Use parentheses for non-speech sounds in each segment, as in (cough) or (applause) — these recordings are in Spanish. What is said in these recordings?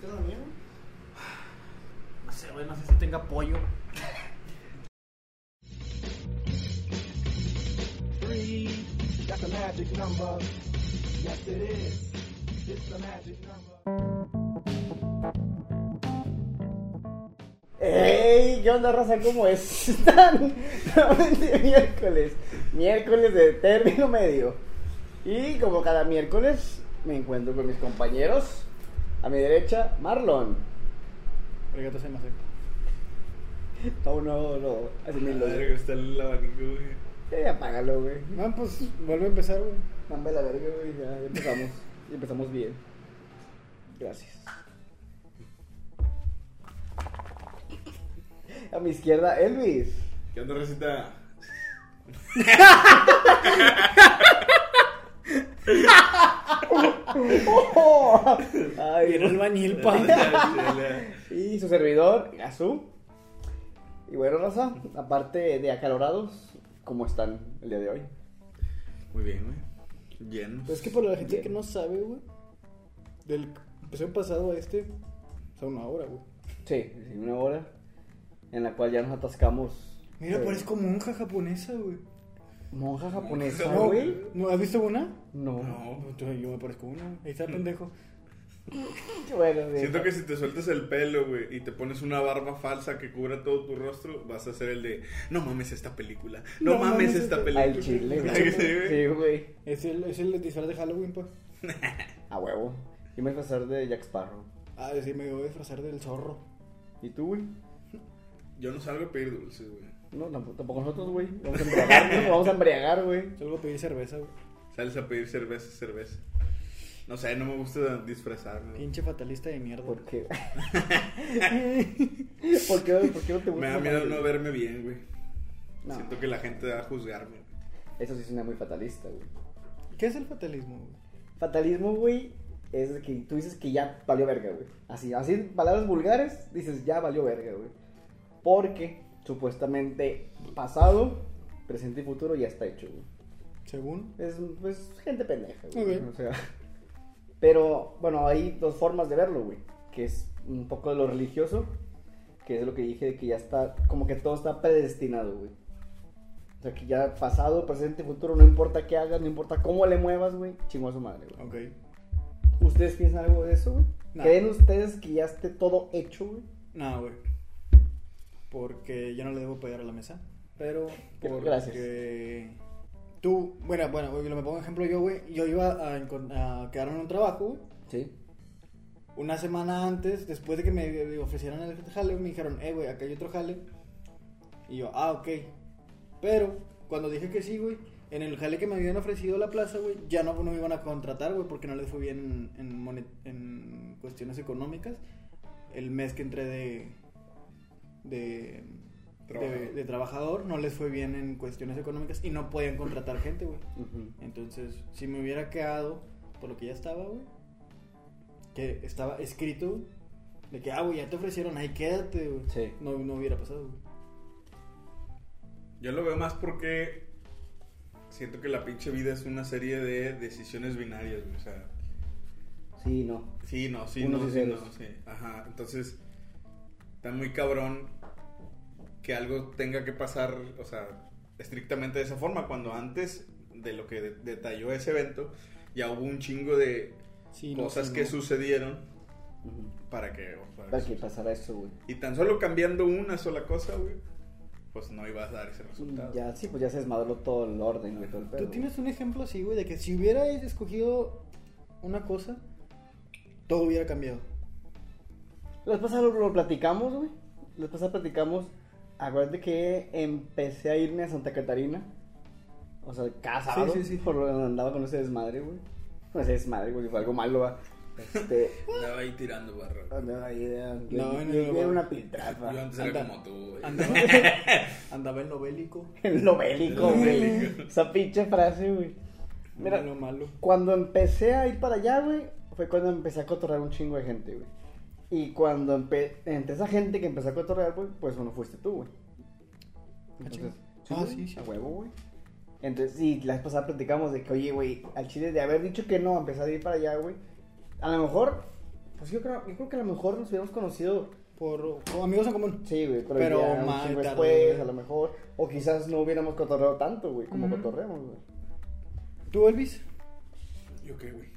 ¿Qué es lo mío? No sé, güey, no sé si tenga pollo. Three, that's a magic number. Yes, it is. It's the magic number. ¡Ey! ¿Qué onda, raza? ¿Cómo están? (laughs) Nuevamente miércoles. Miércoles de término medio. Y como cada miércoles, me encuentro con mis compañeros. A mi derecha, Marlon. Arigato más Aún no lo asimilo. Verga, está el abanico, güey. Eh, apágalo, güey. No, pues vuelve a empezar, güey. Mamba la verga, güey. Ya ya empezamos. (laughs) Y empezamos bien. Gracias. A mi izquierda, Elvis. ¿Qué onda, recita? ¡Oh! Ay, Viene el bañil, pa. Y su servidor, Gazú. Y bueno, raza, aparte de acalorados, ¿cómo están el día de hoy? Muy bien, güey. Llenos. Pues es que para la gente que no sabe, güey, del episodio pasado a este, está una hora, güey. Sí, sí, una hora en la cual ya nos atascamos. Eh, monja japonesa, güey. Monja japonesa, No, ¿Ah, güey. Ah, ¿No ¿Has visto una? No. No, pues, yo me parezco una. Ahí está el pendejo. Bueno, bien. Siento que si te sueltas el pelo, güey, y te pones una barba falsa que cubra todo tu rostro, vas a hacer el de, no mames esta película, no, No mames, mames esta esta- película. Al (laughs) chile, güey. Sí, güey. Sí, güey. Es el, es el disfraz de Halloween, pues. pa. A huevo. Yo me voy a pasar de Jack Sparrow. Ah, sí, me voy a disfrazar del zorro. ¿Y tú, güey? Yo no salgo a pedir dulces, güey. No, tampoco tampoco nosotros, güey. Vamos a embriagarnos, vamos a embriagar, güey. Salgo a pedir cerveza, güey. Sales a pedir cerveza, cerveza. No sé, no me gusta disfrazarme. güey. Pinche fatalista de mierda. ¿Por (laughs) qué? ¿Por qué, por qué no te gusta? Me da miedo no güey? verme bien, güey. No. Siento que la gente va a juzgarme. güey. Eso sí suena muy fatalista, güey. ¿Qué es el fatalismo, güey? Fatalismo, güey, es de que tú dices que ya valió verga, güey. Así, así en palabras vulgares, dices ya valió verga, güey. Porque supuestamente pasado, presente y futuro ya está hecho, güey. Según. Es pues, gente pendeja, güey. Ok. O sea. (laughs) Pero bueno, hay dos formas de verlo, güey. Que es un poco de lo religioso, que es lo que dije, de que ya está, como que todo está predestinado, güey. O sea, que ya pasado, presente, futuro, no importa qué hagas, no importa cómo le muevas, güey, chingo a su madre, güey. Ok. ¿Ustedes piensan algo de eso, güey? No. ¿Creen ustedes que ya esté todo hecho, güey? No, güey. Porque yo no le debo pegar a la mesa. Pero porque Gracias. tú, bueno, bueno, güey, lo me pongo ejemplo yo, güey. Yo iba a, encon- a quedarme en un trabajo, güey. Sí. Una semana antes, después de que me ofrecieron el jale, me dijeron, eh, güey, acá hay otro jale. Y yo, ah, ok. Pero, cuando dije que sí, güey, en el jale que me habían ofrecido la plaza, güey, ya no, no me iban a contratar, güey, porque no les fue bien en, en monet- en cuestiones económicas. El mes que entré de. de. De, Trabajador. de trabajador, no les fue bien en cuestiones económicas y no podían contratar gente, güey. Entonces, si me hubiera quedado por lo que ya estaba, güey, que estaba escrito de que, ah, güey, ya te ofrecieron, ahí quédate, güey. Sí. No, no hubiera pasado, güey. Yo lo veo más porque siento que la pinche vida es una serie de decisiones binarias, güey. O sea, Sí, no. sí, no, sí, Unos no, y sí, no, ceros. sí. Ajá, entonces está muy cabrón que algo tenga que pasar, o sea, estrictamente de esa forma, cuando antes de lo que de- detalló ese evento, ya hubo un chingo de Sí, no, cosas sí, que no. sucedieron Ujú. para que... para Para que que pasara eso, güey. y tan solo cambiando una sola cosa, güey, pues no ibas a dar ese resultado. Ya, sí, pues ya se desmadró todo el orden, güey, todo el pedo, Tú güey. tienes un ejemplo así, güey, de que si hubiera escogido una cosa, todo hubiera (laughs) cambiado. Las pasas lo, lo platicamos, güey. Las pasas platicamos. Acuérdate que empecé a irme a Santa Catarina. O sea, casado. Sí, sí, sí. Por lo que andaba con ese desmadre, güey. Con ese desmadre, güey, fue algo malo, va. (laughs) Este. Andaba ahí tirando barro. andaba ahí de. eh, No, yo- yo no, no, era no. una piltrafa. Yo antes era Anda- como tú, güey. Andaba, andaba en lo bélico, (laughs) En lo bélico, En lo güey. bélico. Esa pinche frase, güey. Mira, en lo malo. Cuando empecé a ir para allá, güey, fue cuando empecé a cotorrear un chingo de gente, güey. Y cuando empe- entre esa gente que empecé a cotorrear, güey, pues uno fuiste tú, güey. Entonces, Ah, güey, sí, sí. A huevo, güey. Entonces, sí, la vez pasada platicamos de que, oye, güey, al chile de haber dicho que no, empezar a ir para allá, güey. A lo mejor Pues yo creo, yo creo que a lo mejor nos hubiéramos conocido. Por como amigos en común. Sí, güey, pero, Pero ya un mal chingo tarde, después, güey. a lo mejor. O quizás no hubiéramos cotorreado tanto, güey, como Ujú. cotorreamos, güey. ¿Tú, Elvis? Yo qué, güey.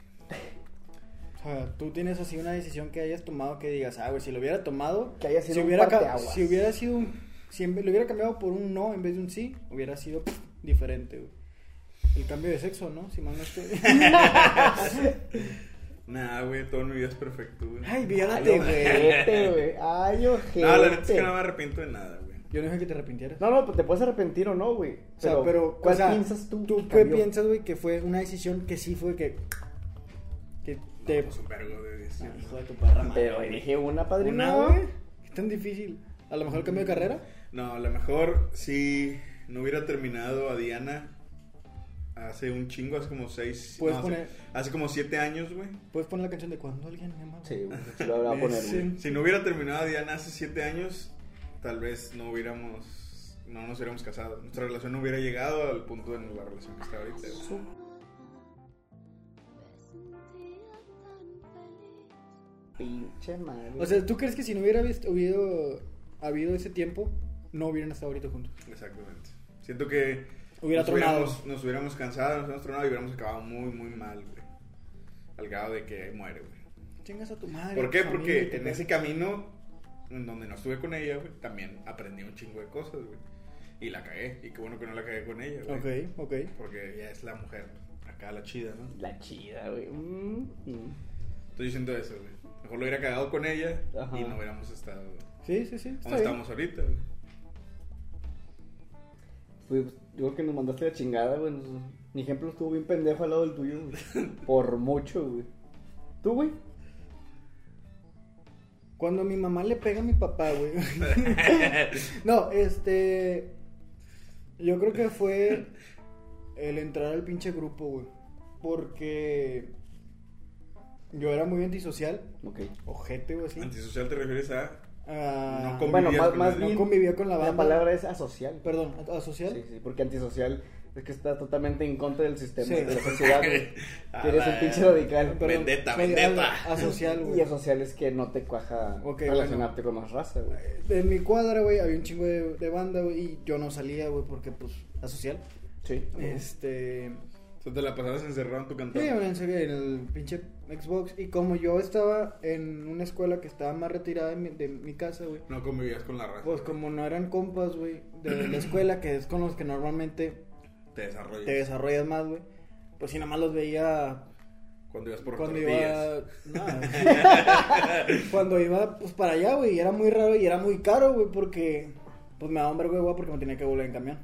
O sea, tú tienes así una decisión que hayas tomado que digas, ah, güey, si lo hubiera tomado, Que haya sido si, un hubiera ca- parteaguas. si hubiera sido un. Si en vez- lo hubiera cambiado por un no en vez de un sí, hubiera sido pff, diferente, güey. El cambio de sexo, ¿no? Si mal no (laughs) estoy. Nah, güey, todo mi vida es perfecto, güey. Ay, viérate, Ay, güey. ojete, güey. Ay, ojete. No, la neta es que no me arrepiento de nada, güey. Yo no dije que te arrepintieras. No, no, pues te puedes arrepentir o no, güey. o sea, pero. ¿cuál o sea, piensas tú? ¿Tú que qué cambió? piensas, güey, que fue una decisión que sí fue que. Que te. Pues un vergo de Ah, decisiones. hijo de tu perra madre, Pero güey. dije una Mm. Una, padrina, güey. ¿Qué tan difícil? A lo mejor el cambio de carrera. No, a lo mejor si no hubiera terminado a Diana hace un chingo, hace como seis. Puedes no, hace- poner- hace como siete años, güey. Puedes poner la canción de cuando alguien me ama. güey? Sí, güey, sí lo habrá a poner, güey. Sí. Si no hubiera terminado a Diana hace siete años, tal vez no hubiéramos, no nos hubiéramos casado. Nuestra relación no hubiera llegado al punto en la relación que está ahorita. güey. Pinche madre. O sea, ¿tú crees que si no hubiera visto- habido, habido ese tiempo, no hubieran estado ahorita juntos? Exactamente. Siento que Hubiera nos, tronado. hubiéramos, nos hubiéramos cansado, nos hubiéramos tronado y hubiéramos acabado muy, muy mal, güey. Al grado de que muere, güey. Chingas a tu madre. ¿Por qué? tu familia, Porque te- en ese camino, en donde no estuve con ella, güey, también aprendí un chingo de cosas, güey. Y la cagué. Y qué bueno que no la cagué con ella, güey. Ok, ok. Porque ella es la mujer, acá la chida, ¿no? La chida, güey. Mm, mm. Estoy diciendo eso, güey. Mejor lo hubiera cagado con ella Ajá. y no hubiéramos estado Sí, sí, sí. está donde bien. estamos ahorita, güey. Güey, pues, yo creo que nos mandaste la chingada, güey. Nos- Mi ejemplo estuvo bien pendejo al lado del tuyo, güey. (laughs) Por mucho, güey. ¿Tú, güey? Cuando mi mamá le pega a mi papá, güey. (laughs) (laughs) no, este. Yo creo que fue el entrar al pinche grupo, güey. Porque yo era muy antisocial. Ok. Ojete, güey, así. Antisocial te refieres a Ah, No convivías Bueno, más, con más nadie. bien. No convivía con la banda. palabra es asocial. Perdón, ¿a- ¿asocial? Sí, sí, porque antisocial es que está totalmente en contra del sistema, Sí. de la sociedad, güey. (laughs) A Que eres la- un pinche radical. Perdón, Ah, Vendetta, me- vendetta. a- Asocial, Y güey. asocial es que no te cuaja Ok, relacionarte con más raza, güey. En mi cuadra, güey, había un chingo de, de banda, güey, y yo no salía, güey, porque, pues, asocial. Sí. Este... O sea, te la pasabas encerrado en tu Sí, cantón. bueno, en serio, en el pinche Xbox. Y como yo estaba en una escuela que estaba más retirada de mi, de mi casa, güey. No convivías con la raza. Pues como no eran compas, güey, de la escuela, que es con los que normalmente te desarrollas. te desarrollas más, güey. Pues si nada más los veía Cuando ibas por cuando tortillas. iba no, (laughs) cuando iba pues para allá güey y era muy raro y era muy caro güey porque pues me daba un vergo de hueva porque me tenía que volver en camión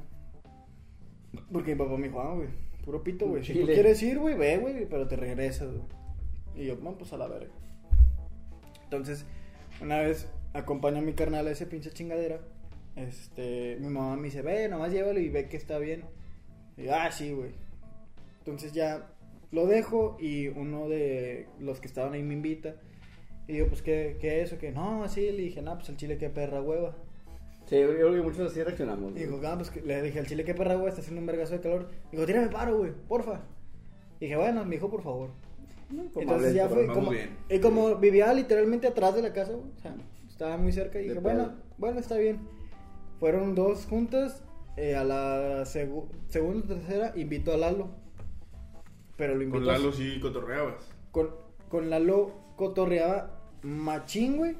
porque mi papá me dijo ah güey puro pito güey si tú Chile. quieres ir güey ve güey pero te regresas güey y yo bueno pues a la verga entonces una vez acompaño a mi carnal a ese pinche chingadera este mi mamá me dice ve nomás llévalo y ve que está bien y yo, ah sí güey entonces ya lo dejo y uno de los que estaban ahí me invita. Y digo, pues, ¿qué, qué eso? Que no, así. Le dije, no, pues el chile, qué perra hueva. Sí, yo creo que muchos así reaccionamos. Y güey. digo, ah, pues, que- le dije, al chile, qué perra hueva, está haciendo un vergazo de calor. Digo, tírame paro, güey, porfa. Y dije, bueno, me dijo, por favor. No, Entonces tomables, ya fue. tomables. vamos Como, bien. y como vivía literalmente atrás de la casa, güey, o sea, estaba muy cerca. De Y dije, pedo. bueno, bueno, está bien. Fueron dos juntas. eh, a la segu- segunda o tercera, invito a Lalo. Pero lo invito Con a- Lalo sí cotorreabas. con, con Lalo cotorreaba machín, güey.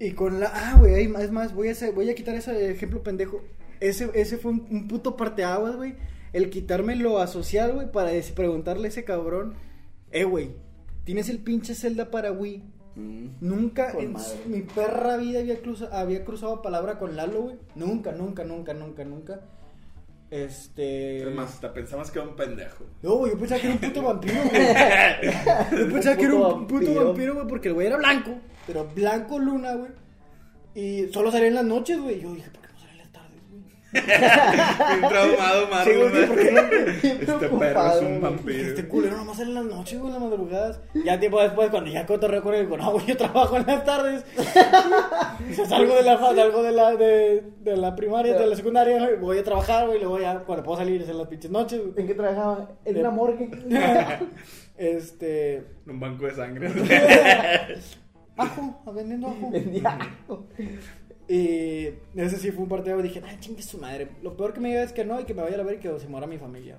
Y con la... Ah, güey, ahí- es más, voy a, hacer- voy a quitar ese ejemplo pendejo. Ese, ese fue un, un puto parteaguas, güey. El quitarme lo asocial, güey, para des- preguntarle a ese cabrón. Eh, güey, ¿tienes el pinche Zelda para Wii? Mm. Nunca Con en madre. mi perra vida había, cruza- había cruzado palabra con Lalo, güey. Nunca, nunca, nunca, nunca, nunca. Este... Es más, hasta pensabas que era un (laughs) pendejo. No, güey, yo pensaba que era un puto vampiro, (laughs) güey. Yo pensaba que era un Puto puto vampiro. vampiro, güey, porque el güey era blanco. Pero blanco luna, güey. Y solo salía en las noches, güey. Yo dije, ¿por qué no salía en las tardes, güey? Bien traumado, Sí, Marvel. güey, güey. ¿por qué no? Bien este perro preocupado, es un güey. vampiro. Este culero nomás sale en las noches, güey, en las madrugadas. Ya tiempo después, cuando ya cotorreo con él, digo, no, güey, yo trabajo en (laughs) las tardes. O sea, salgo de la, fa- salgo de la, de, de la primaria, de la secundaria, güey, voy a trabajar, güey, luego ya, cuando puedo salir es en las pinches noches, güey. ¿En qué trabajaba? En De- una (laughs) morgue. Este... En un banco de sangre. Ajo, vendiendo ajo. (laughs) Vendía. Y ese sí fue un partido dije, ah, chingue su madre. Lo peor que me diga es que no y que me vaya a la ver y que se muera mi familia.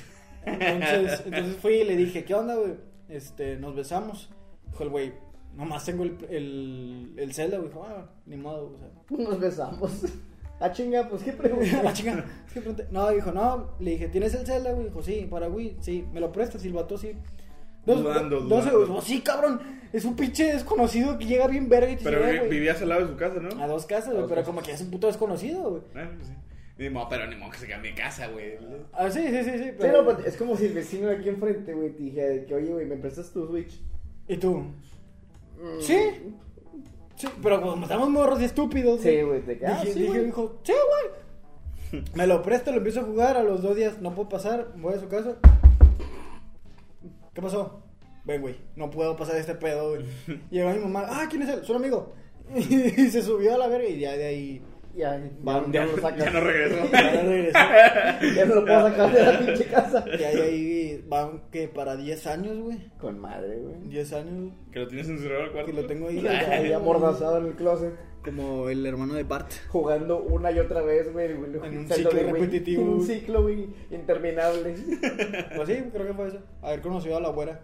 (laughs) Entonces, entonces fui y le dije, ¿qué onda, güey? Este, nos besamos. Dijo el güey, nomás tengo el, el, el celda, güey. Dijo, ah, ni modo, o sea. (laughs) Nos besamos. Ah, chinga, pues qué pregunta. La chinga, es que pregunté- No, dijo, no. Le dije, ¿tienes el celda, güey? Dijo, sí, para Wii, sí. ¿Me lo prestas? Y el vato, sí. Dudando, dos, dudando. dijo, sí, cabrón. Es un pinche desconocido que llega bien verga y te (laughs) Pero dice, vi- "Eh, güey". vivías al lado de su casa, ¿no? A dos casas, A güey, dos pero casas. como que es un puto desconocido, güey. Ah, pues sí. Ni modo, pero ni modo que se cambie de casa, güey. Ah, sí, sí, sí, sí. (laughs) Sí, no, pues, es como si el vecino de aquí enfrente, güey, te dijera de que, oye, güey, ¿me prestas tu Switch? Mm. ¿Y tú? Sí. Sí, pero como estamos morros y estúpidos. Sí, güey, de que, ah, dije, sí, dije, güey. dijo, sí, güey. Me lo presto, lo empiezo a jugar, a los dos días no puedo pasar, voy a su casa. ¿Qué pasó? Ven, güey, no puedo pasar este (laughs) pedo, güey. Llegó mi mamá, ah, ¿quién es él? Su amigo. (laughs) Y se subió a la verga y ya de ahí... Ya, ya, Va, ya Ya, no lo sacas. ya (laughs) no regresó. Ya no regresó. Ya no lo puedo sacar de la pinche casa. Ya de ahí van que para 10 años, güey. Con madre, güey. 10 años Que lo tienes censurado al cuarto. que lo tengo ahí. Ya, ya amordazado en el closet. Como el hermano de Bart. Jugando una y otra vez, güey. güey, En (laughs) un saldo ciclo güey, repetitivo. Un ciclo, güey, interminable. (laughs) (laughs) Pues sí, creo que fue eso. Haber conocido a la güera.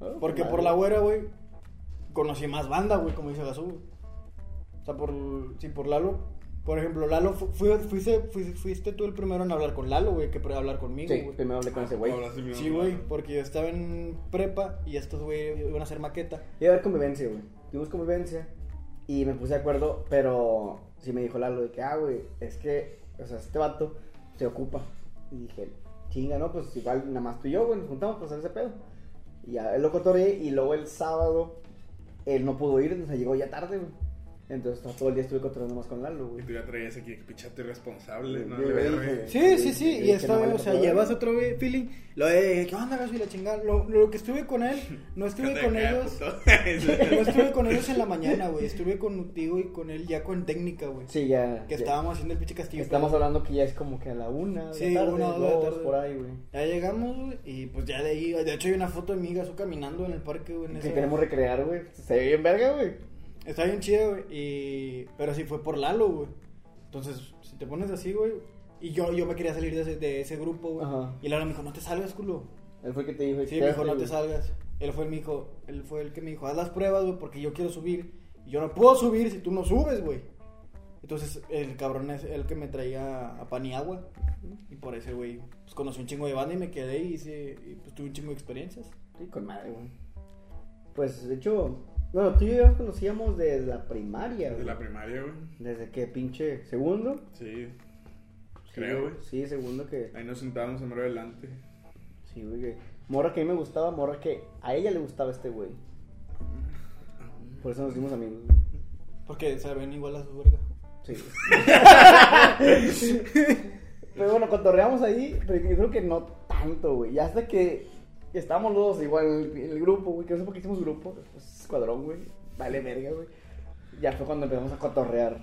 Ah, Porque con por madre. la güera, güey, conocí más banda, güey, como dice Gazú. güey. O sea, por, sí, por Lalo. Por ejemplo, Lalo, fu- fui- fuiste, fuiste, fuiste tú el primero en hablar con Lalo, güey, que pre- hablar conmigo, Sí, güey. primero hablé con ese güey. Hablaste primero. Sí, güey, pues, porque yo estaba en prepa y estos, güey, iban a hacer maqueta. Iba a haber convivencia, güey. Tuvimos convivencia y me puse de acuerdo, pero sí me dijo Lalo de que, ah, güey, es que, o sea, este vato se ocupa. Y dije, chinga, no, pues igual nada más tú y yo, güey, nos juntamos para hacer ese pedo. Y ya, él lo cotoré y luego el sábado él no pudo ir, entonces llegó ya tarde, güey. Entonces todo el día estuve cotorreando más con Lalo, Y güey. tú ya traías aquí, que pichate irresponsable. No, Yo Le dije- verga. Sí, sí, sí, Yo y dije, esta "No vale o sea, para llevas verga". otro güey, feeling. Lo de, ¿qué onda, Gasu? Y la chingada. Lo, lo que estuve con él, no (laughs) estuve Te con cae, ellos. puto. No estuve con ellos en la mañana, güey. Estuve contigo y con él ya con técnica, güey. Sí, ya. Que ya. estábamos haciendo el pinche castillo. Estamos hablando que ya es como que a la una, de Sí, la tarde, una, dos de la dos, tarde. por ahí, güey. Ya llegamos, güey. Y pues ya de ahí. De hecho, hay una foto de mi Gasu caminando en el parque, güey. en Que esa- queremos recrear, güey. Se ve bien verga, güey. Está bien chido, güey. Y... Pero sí fue por Lalo, güey. Entonces, si te pones así, güey. Y yo, yo me quería salir de ese, de ese grupo, güey. Ajá. Y Lalo me dijo, no te salgas, culo. Él fue el que te dijo. Pues Sí, me dijo, "Quédate, no güey". te salgas. Él fue el, me dijo, él fue el que me dijo, haz las pruebas, güey, porque yo quiero subir. Y yo no puedo subir si tú no subes, güey. Entonces, el cabrón es el que me traía a Paniagua. Y por ese, güey, pues conocí un chingo de banda y me quedé y, hice, y pues tuve un chingo de experiencias. Sí, con madre, güey. Pues, de hecho, bueno, tú y yo nos conocíamos desde la primaria, Desde güey. la primaria, güey. Desde que pinche segundo. Sí. Sí, Pues Creo, güey. Sí, segundo que. Ahí nos sentábamos en mero adelante. Sí, güey. que- Morra que a mí me gustaba, morra que a ella le gustaba este güey. Por eso nos hicimos amigos. güey. Porque se ven igual a su verga. Sí. pero bueno, cotorreamos ahí, pero yo creo que no tanto, güey. Ya hasta que estábamos los dos igual en el, en el grupo, güey. Que no sé por qué hicimos grupo, pues, escuadrón, güey. Vale verga, güey. Ya fue cuando empezamos a cotorrear.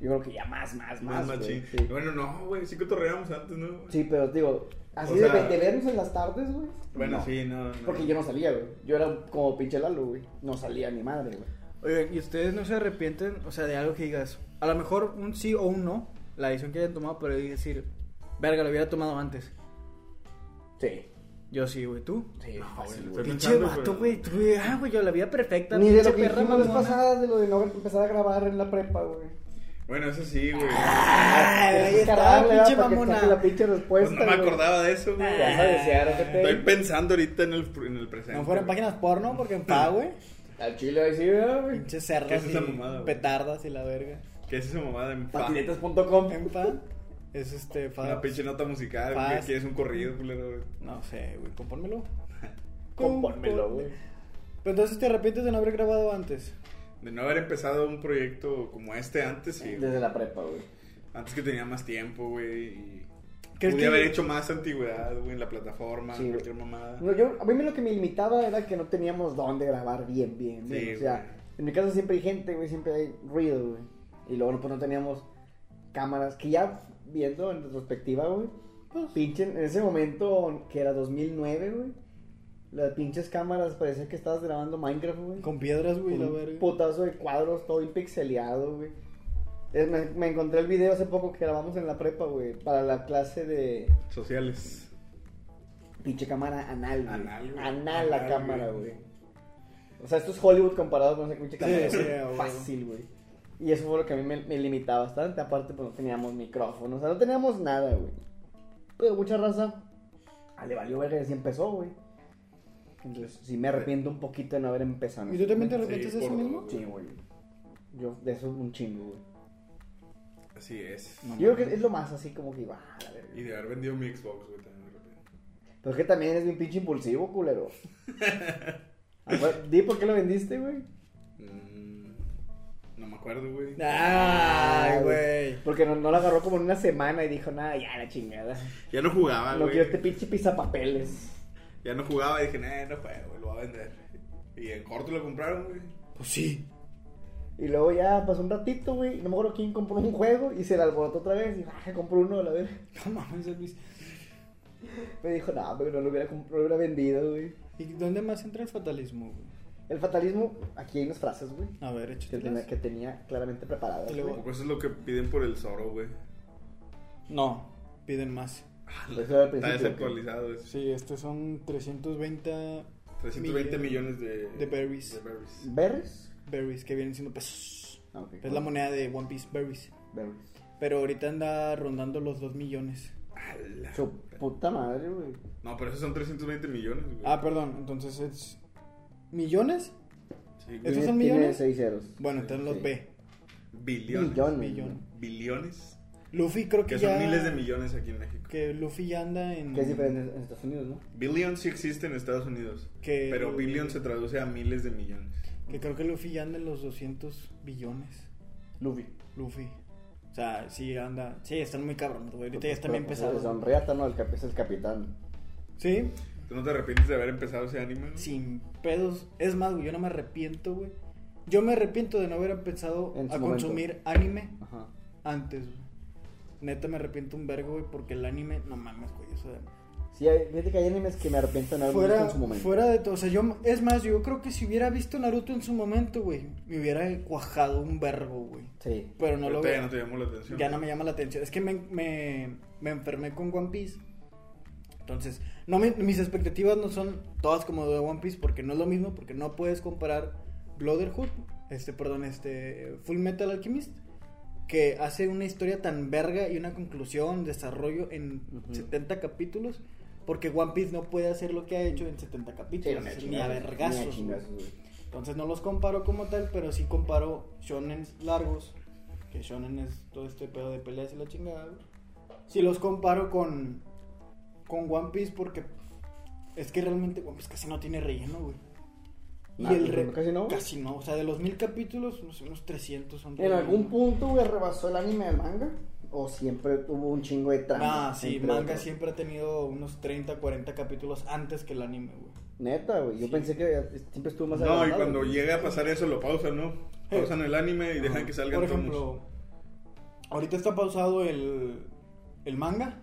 Yo creo que ya más, más, más. Más güey, machín. sí. Bueno, no, güey. Sí cotorreamos antes, ¿no? güey? Sí, pero digo, así O sea- de, de vernos en las tardes, güey. Bueno, no. sí, no. no. Porque yo no salía, güey. Yo era como pinche Lalo, güey. No salía ni madre, güey. Oigan, ¿y ustedes no se arrepienten, o sea, de algo que digas? A lo mejor un sí o un no, la decisión que hayan tomado, pero decir, verga, lo hubiera tomado antes. Sí. Yo sí, güey, ¿tú? Sí, No, fácil, güey, güey. Pinche pensando, vato, güey. güey. tú, güey, Ah, güey, yo la vida perfecta. Ni de pinche lo que perra dijimos las mamona. pasadas, de lo de no empezar a grabar en la prepa, güey. Bueno, eso sí, güey. Ah, Ay, ahí Es está, cargable, pinche ¿verdad? Para que saque mamona. la pinche Pues respuesta, no me güey. acordaba de eso, güey. Te vas a desear, ojete. Estoy pensando ahorita en el, en el presente. No fueron güey. páginas porno porque en pago, güey. Al chile ahí sí, ¿verdad, güey. Pinche ¿Qué cerdas es esa y mamada, güey? petardas y la verga. ¿Qué es esa mamada en pa? Patinetas.com. En pa es este Una fa. pinche nota musical, Paz. güey. que es un corrido, culero, güey. No sé, güey, compónmelo. Compónmelo, güey. Pero entonces te arrepientes de no haber grabado antes. De no haber empezado un proyecto como este antes, sí. güey. Desde la prepa, güey. Antes que tenía más tiempo, güey. Y ¿Crees pude que- haber hecho más antigüedad, güey, en la plataforma, Sí, güey. cualquier mamada. No, yo, a mí lo que me limitaba era que no teníamos dónde grabar bien, bien, Sí, bien. güey. o sea, en mi casa siempre hay gente, güey, siempre hay ruido, güey. Y luego pues, no teníamos cámaras, que ya viendo en retrospectiva, güey, Pues. pinche, en ese momento, que era 2009, güey, las pinches cámaras parecía que estabas grabando Minecraft, güey. Con piedras, güey, la un verga. putazo de cuadros, todo bien pixeleado, güey. Es- Me, me encontré el video hace poco que grabamos en la prepa, güey, para la clase de Sociales. pinche cámara anal, güey. Anal, Anal, güey. la Anal, cámara, güey. güey. O sea, esto es Hollywood comparado con esa pinche cámara. sí, güey. a huevo. Fácil, güey. Y eso fue lo que a mí me, me limitaba bastante. Aparte, pues no teníamos micrófono. O sea, no teníamos nada, güey. Pero mucha raza ah, le valió verga y así empezó, güey. Entonces, sí me arrepiento un poquito de no haber empezado. ¿Y tú también te arrepientes Sí, de eso por- mismo? Sí, güey. Yo, de eso un chingo, güey. Así es. No. Yo creo que es lo más así como que, va, la verga. Y de haber vendido mi Xbox, güey, también. de repente. Pero es que también eres bien pinche impulsivo, culero. Acuer- Di por qué lo vendiste, güey. Mm, no me acuerdo, güey. Ay, güey. Ah, Porque no, no la agarró como en una semana y dijo, nada, ya la chingada. Ya no Ah, jugaba, no güey. quiero este pinche pisapapeles. Ya no jugaba y dije, nah, no juego, güey, lo voy a vender. Y en corto lo compraron, güey. Pues sí. (laughs) Y luego ya pasó un ratito, güey. No me acuerdo quién compró un juego y se le alborotó otra vez. Y dijo, ah, compró uno a la vez. No mames, Luis. Me dijo, no, pero no lo hubiera, comp- no lo hubiera vendido, güey. ¿Y dónde más entra el fatalismo, güey? El fatalismo, aquí hay unas frases, güey. A ver, Que tenía, que échate. tenía claramente preparadas. Y luego- güey. Tampoco Pues eso es lo que piden por el Zoro, güey. No, piden más. Eso era al Está principio, güey. desactualizado. Es Sí, estos son 320 320 Millón. millones de... de berries. de berries. ¿Berries? berries que vienen siendo pesos. Ah, ok. Es la moneda de One Piece berries. Berries. Pero ahorita anda rondando los 2 millones. A la- Su puta madre, güey. No, pero esos son 320 millones, güey. Ah, perdón, entonces es. ¿Millones? Sí, güey. ¿Estos Tiene- son tiene millones? seis ceros. Bueno, entonces los Sí. B. Billones. Millones. Millones. güey. Billones. Luffy creo que, Que ya. son miles de millones aquí en México. Que Luffy ya anda en. Que es diferente en Estados Unidos, ¿no? Billions sí existe en Estados Unidos. Que- Pero billion se traduce a miles de millones. Que creo que Luffy ya anda en los 200 billones. Luffy. Luffy. O sea, sí anda. Sí, están muy cabrones, güey. Ahorita ya están bien Pero, pues, pesados. Son reata, ¿no? El cap es el capitán. Sí, ¿Tú no te arrepientes de haber empezado ese anime? güey? sin pedos. Es más, güey, yo no me arrepiento, güey. Yo me arrepiento de no haber empezado En su a momento. consumir anime Ajá. antes, güey. Neta me arrepiento un vergo, güey, porque el anime, no mames, güey, eso de... Sí, hay, fíjate que hay animes que me arrepiento de no haber visto Fuera, en su momento. fuera de todo, o sea, yo, es más, yo creo que si hubiera visto Naruto en su momento, güey, me hubiera cuajado un vergo, güey. Sí. Pero no Ahorita lo ya veo. no te llamó la atención. Ya no me llama la atención. Es que me, me, me enfermé con One Piece. Entonces, no me- mis expectativas no son todas como de One Piece porque no es lo mismo, porque no puedes comparar Brotherhood, este, perdón, este, Full Metal Alchemist, que hace una historia tan verga y una conclusión, desarrollo en Ujú. 70 capítulos, porque One Piece no puede hacer lo que ha hecho en 70 Sí, no capítulos, me ni a chingas- ni me vergazos. chingas, güey. Entonces no los comparo como tal, pero sí comparo shonen largos, que shonen es todo este pedo de peleas y la chingada. güey. Sí los comparo con con One Piece porque es que realmente One Piece casi no tiene relleno, güey. Y Nah, el pues, re- casi no, güey. casi no, o sea, de los mil capítulos, no sé, unos 300 son En relleno. algún punto, güey, rebasó el anime al manga. O siempre tuvo un chingo de trama. Ah, sí, entre manga otros? siempre ha tenido unos 30, 40 capítulos antes que el anime, güey. Neta, güey. Yo Sí. pensé que siempre estuvo más No, y adelantado, cuando güey. llega a pasar eso lo pausan, ¿no? Pausan el anime y dejan que salgan Por tomos. ejemplo, ahorita está pausado el el manga,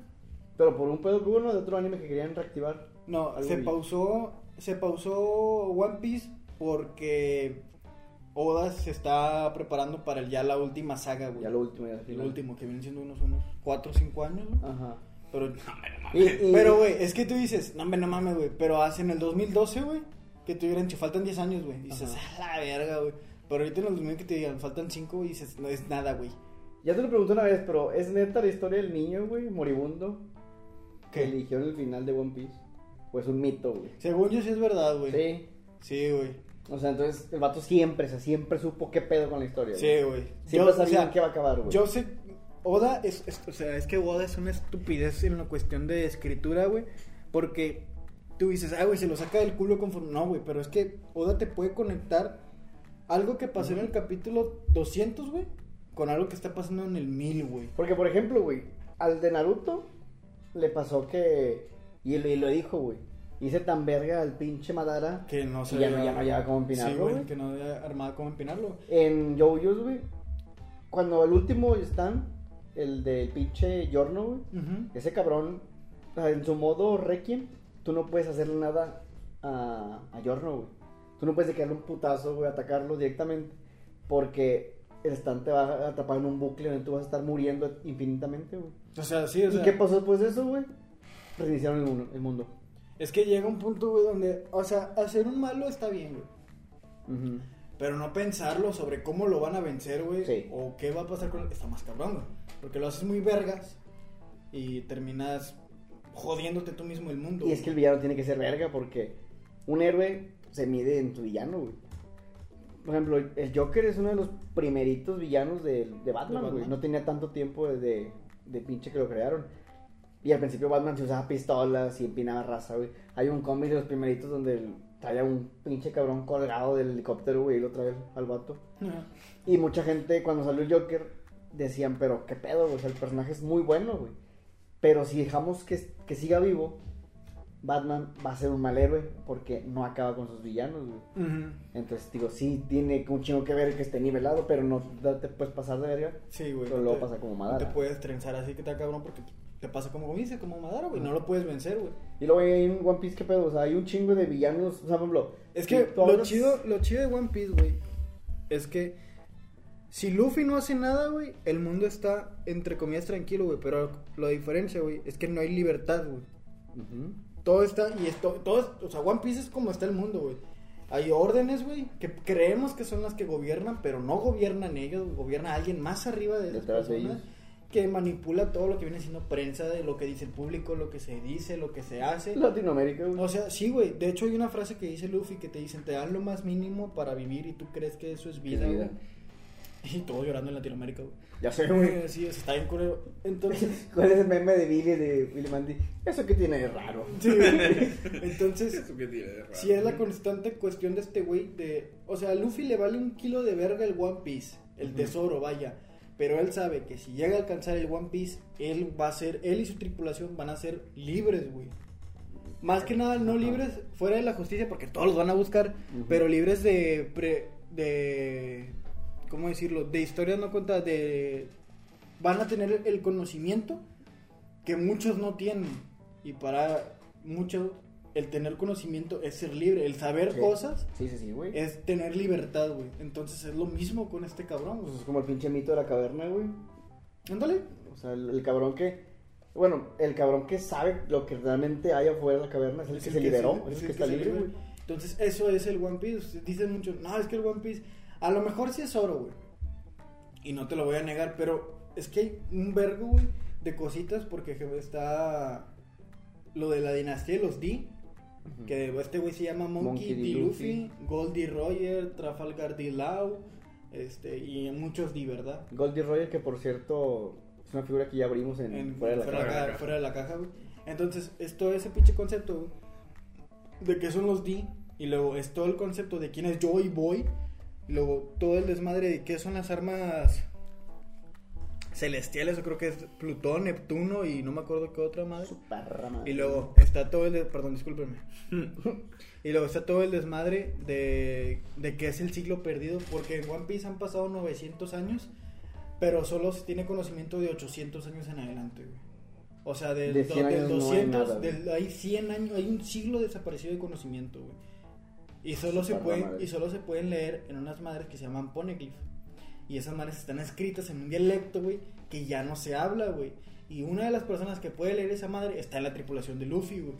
Pero por un pedo que hubo uno de otro anime que querían reactivar. No, Algo se vi. pausó, se pausó One Piece porque Oda se está preparando para el- ya la última saga, güey. Ya lo último, Ah. ya al el final. último, que vienen siendo unos, unos 4 o 5 años, güey. Ajá. (laughs) Pero, Y- y- pero, güey, es que tú dices, no, hombre, no mames, güey, pero hacen el 2012, güey, que te hubieran dicho, faltan 10 años, güey. Dices, a la verga, güey. Pero ahorita en el 2000 que te digan, faltan 5, güey, dices, no es nada, güey. Ya te lo pregunté una vez, pero ¿es neta la historia del niño, güey, moribundo? Que ¿Qué? eligió en el final de One Piece. Pues un mito, güey. Según yo sí es verdad, güey. Sí. Sí, güey. O sea, entonces el vato siempre, o sea, siempre supo qué pedo con la historia. Sí, güey. güey. Siempre Yo, o sabía sea, en qué va a acabar, güey. Yo sé, Oda es, es- o sea, es que Oda es una estupidez en la cuestión de escritura, güey, porque tú dices, ah, güey, se lo saca del culo conforme, no, güey, pero es que Oda te puede conectar algo que pasó en el capítulo 200, güey, con algo que está pasando en el mil, güey. Porque, por ejemplo, güey, al de Naruto le pasó que. Y lo, y lo dijo, güey. Hice tan verga al pinche Madara. Que no se Y ya había- no- ya no había cómo empinarlo, Sí, güey, güey. que no había armado cómo empinarlo. En Yoyos, güey. Cuando el último stand, el del pinche Yorno, güey. Ujú. Ese cabrón, o sea, en su modo Requiem, tú no puedes hacerle nada a, a Yorno, güey. Tú no puedes quedarle un putazo, güey, atacarlo directamente. Porque el stand te va a atrapar en un bucle donde tú vas a estar muriendo infinitamente, güey. O sea, sí, o sea. ¿Y qué pasó después de eso, güey? Reiniciaron el mundo. El mundo. Es que llega un punto, güey, donde, o sea, hacer un malo está bien, güey. Ujú. Pero no pensarlo sobre cómo lo van a vencer, güey. Sí. O qué va a pasar con... Está más cabrón, güey. Porque lo haces muy vergas y terminas jodiéndote tú mismo el mundo. Y es que el villano tiene que ser verga porque un héroe se mide en su villano, güey. Por ejemplo, el Joker es uno de los primeritos villanos de, de Batman, Batman. güey. No tenía tanto tiempo desde de pinche que lo crearon. Y al principio Batman se usaba pistolas y empinaba raza, güey. Hay un cómic de los primeritos donde el- trae a un pinche cabrón colgado del helicóptero, güey, y lo trae al vato. güey. Y mucha gente cuando salió el Joker decían, pero qué pedo, güey? O sea, el personaje es muy bueno, güey. Pero si dejamos que, que siga vivo, Batman va a ser un mal héroe porque no acaba con sus villanos, güey. Ujú. Entonces, digo, sí, tiene un chingo que ver que esté nivelado, pero no te puedes pasar de verga. Sí, güey. Pero no luego te- pasa como No te Madara. puedes trenzar así que te cabrón porque te pasa como dice, como Madara, güey. No lo puedes vencer, güey. Y luego hay en One Piece, ¿qué pedo? O sea, hay un chingo de villanos. O sea, por ejemplo, Es que tú lo hablas- chido, lo chido de One Piece, güey, es que si Luffy no hace nada, güey, el mundo está, entre comillas, tranquilo, güey. Pero la diferencia, güey, es que no hay libertad, güey. Ujú. Todo está, y esto, todo, es- o sea, One Piece es como está el mundo, güey. Hay órdenes, güey, que creemos que son las que gobiernan, pero no gobiernan ellos, güey, gobierna alguien más arriba de esas Detrás de personas ellos. que manipula todo lo que viene siendo prensa, de lo que dice el público, lo que se dice, lo que se hace. Latinoamérica, güey. O sea, sí, güey. De hecho, hay una frase que dice Luffy que te dicen, te dan lo más mínimo para vivir y tú crees que eso es vida, Es vida. güey. (laughs) Y todo llorando en Latinoamérica, güey. Ya sé, güey. (laughs) Sí, o sea, está bien culero. Entonces, (laughs) ¿Cuál es el meme de Billy de Billy Mandy? Eso que tiene de raro. sí, güey. Entonces, (laughs) Eso que tiene de raro. si es la constante cuestión de este güey de... O sea, a Luffy le vale un kilo de verga el One Piece, el tesoro, vaya. Pero él sabe que si llega a alcanzar el One Piece, él va a ser, él y su tripulación van a ser libres, güey. Más que nada, no libres fuera de la justicia, porque todos los van a buscar, Ujú. pero libres de, pre- de... ¿Cómo decirlo? De historias no contadas, de... Van a tener el conocimiento que muchos no tienen. Y para muchos, el tener conocimiento es ser libre. El saber Sí. cosas Sí, sí, sí, güey. es tener libertad, güey. Entonces es lo mismo con este cabrón, güey. Pues es como el pinche mito de la caverna, güey. Ándale. O sea, el, el cabrón que. Bueno, el cabrón que sabe lo que realmente hay afuera de la caverna es el, que, se liberó, es el que, está se libre, libera. güey. Entonces eso es el One Piece. Dicen mucho, no, es que el One Piece, a lo mejor sí es oro, güey. Y no te lo voy a negar, pero es que hay un vergo, güey, de cositas porque je- está lo de la dinastía de los D. Que este güey se llama Monkey Monkey, D. D. Luffy, Luffy. Goldie Roger, Trafalgar D. Lau, este, y muchos D, ¿verdad? Goldie Roger, que por cierto, es una figura que ya abrimos en, en- fuera de la fuera, de la caverna. Caja. caja, fuera de la caja, güey. Entonces, es todo ese pinche concepto, güey, de qué son los D, y luego es todo el concepto de quién es yo y voy, y luego todo el desmadre de qué son las armas celestiales, yo creo que es Plutón, Neptuno y no me acuerdo qué otra madre. Su perra madre. Y luego está todo el... de- Perdón, discúlpenme. (laughs) y luego está todo el desmadre de, de que es el siglo perdido, porque en One Piece han pasado 900 años, pero solo se tiene conocimiento de 800 años en adelante, güey. O sea, del, De 100 do- del años no hay 200, nada, güey. del- hay 100 años, hay un siglo desaparecido de conocimiento, güey. Y solo, se Para la pueden, madre. y solo se pueden leer en unas madres que se llaman poneglyph. Y esas madres están escritas en un dialecto, güey, que ya no se habla, güey. Y una de las personas que puede leer esa madre está en la tripulación de Luffy, güey.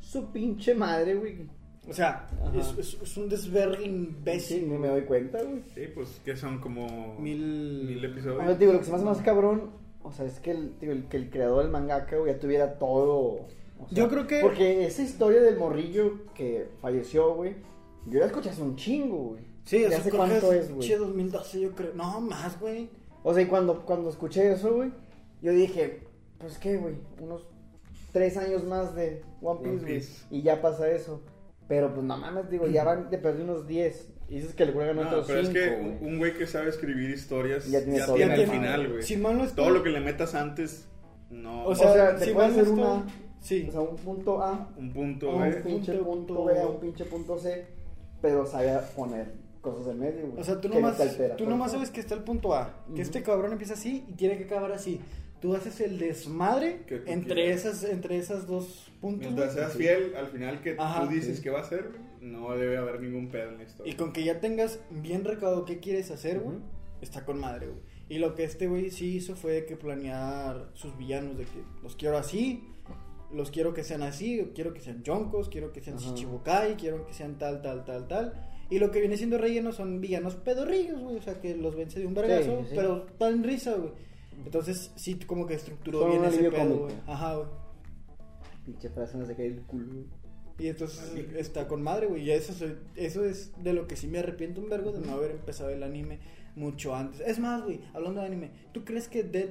Su pinche madre, güey. O sea, Ajá. es, es- es un desvergue Sí, imbécil. ni me doy cuenta, güey. Sí, pues que son como Mil- mil O sea, episodios. digo, lo que se me hace más cabrón, o sea, es que el, digo, el- que el creador del mangaka, güey, ya tuviera todo. o sea, Yo creo que- Porque esa historia del morrillo que falleció, güey, yo la escuché hace un chingo, güey. Sí, ¿De eso hace creo que cuánto es, es, güey? che, 2012 yo creo. No, más, güey. O sea, y cuando, cuando escuché eso, güey, yo dije, pues qué, güey, unos tres años más de One One Piece, güey. Piece. Y ya pasa eso. Pero pues no mames, digo, ya van de perder unos 10. Y dices que el güey ganó No, otros pero 5. es que un- un güey que sabe escribir historias Ya ya tiene tiene, todo el armado. final, güey. Si mal no Todo estoy- lo que le metas antes, no. O sea, sea, te si puede mal no hacer estoy- una- Sí. O sea, un punto A, un a punto, un güey. pinche Punto, punto punto B, a B. un pinche punto C. Pero sabía poner cosas en medio, güey. O sea, tú que no nomás, te altera, tú pues. nomás sabes que está el punto A. Que Ujú. este cabrón empieza así y tiene que acabar así. Tú haces el desmadre Que tú entre quieras. esas, entre esas dos puntos. Mientras güey. seas fiel al final que Ajá. tú dices Sí. que va a ser, güey, no debe haber ningún pedo en la historia. Y con que ya tengas bien recado qué quieres hacer, güey, Ujú. está con madre, güey. Y lo que este güey sí hizo fue de que planear sus villanos, de que los quiero así, los quiero que sean así, quiero que sean yonkos, quiero que sean Ajá. shichibukai, quiero que sean tal, tal, tal, tal. Y lo que viene siendo relleno son villanos pedorrillos, güey, o sea, que los vence de un vergazo, sí. pero tan risa, güey. Entonces, sí, como que estructuró Son bien un ese alivio pedo, cómico. güey. Ajá, güey. Pinche frase no se cae el culo, güey. Y entonces Así. está con madre, güey. Y eso, soy- eso es de lo que sí me arrepiento un vergo de no haber empezado el anime mucho antes. Es más, güey, hablando de anime, ¿tú crees que Dead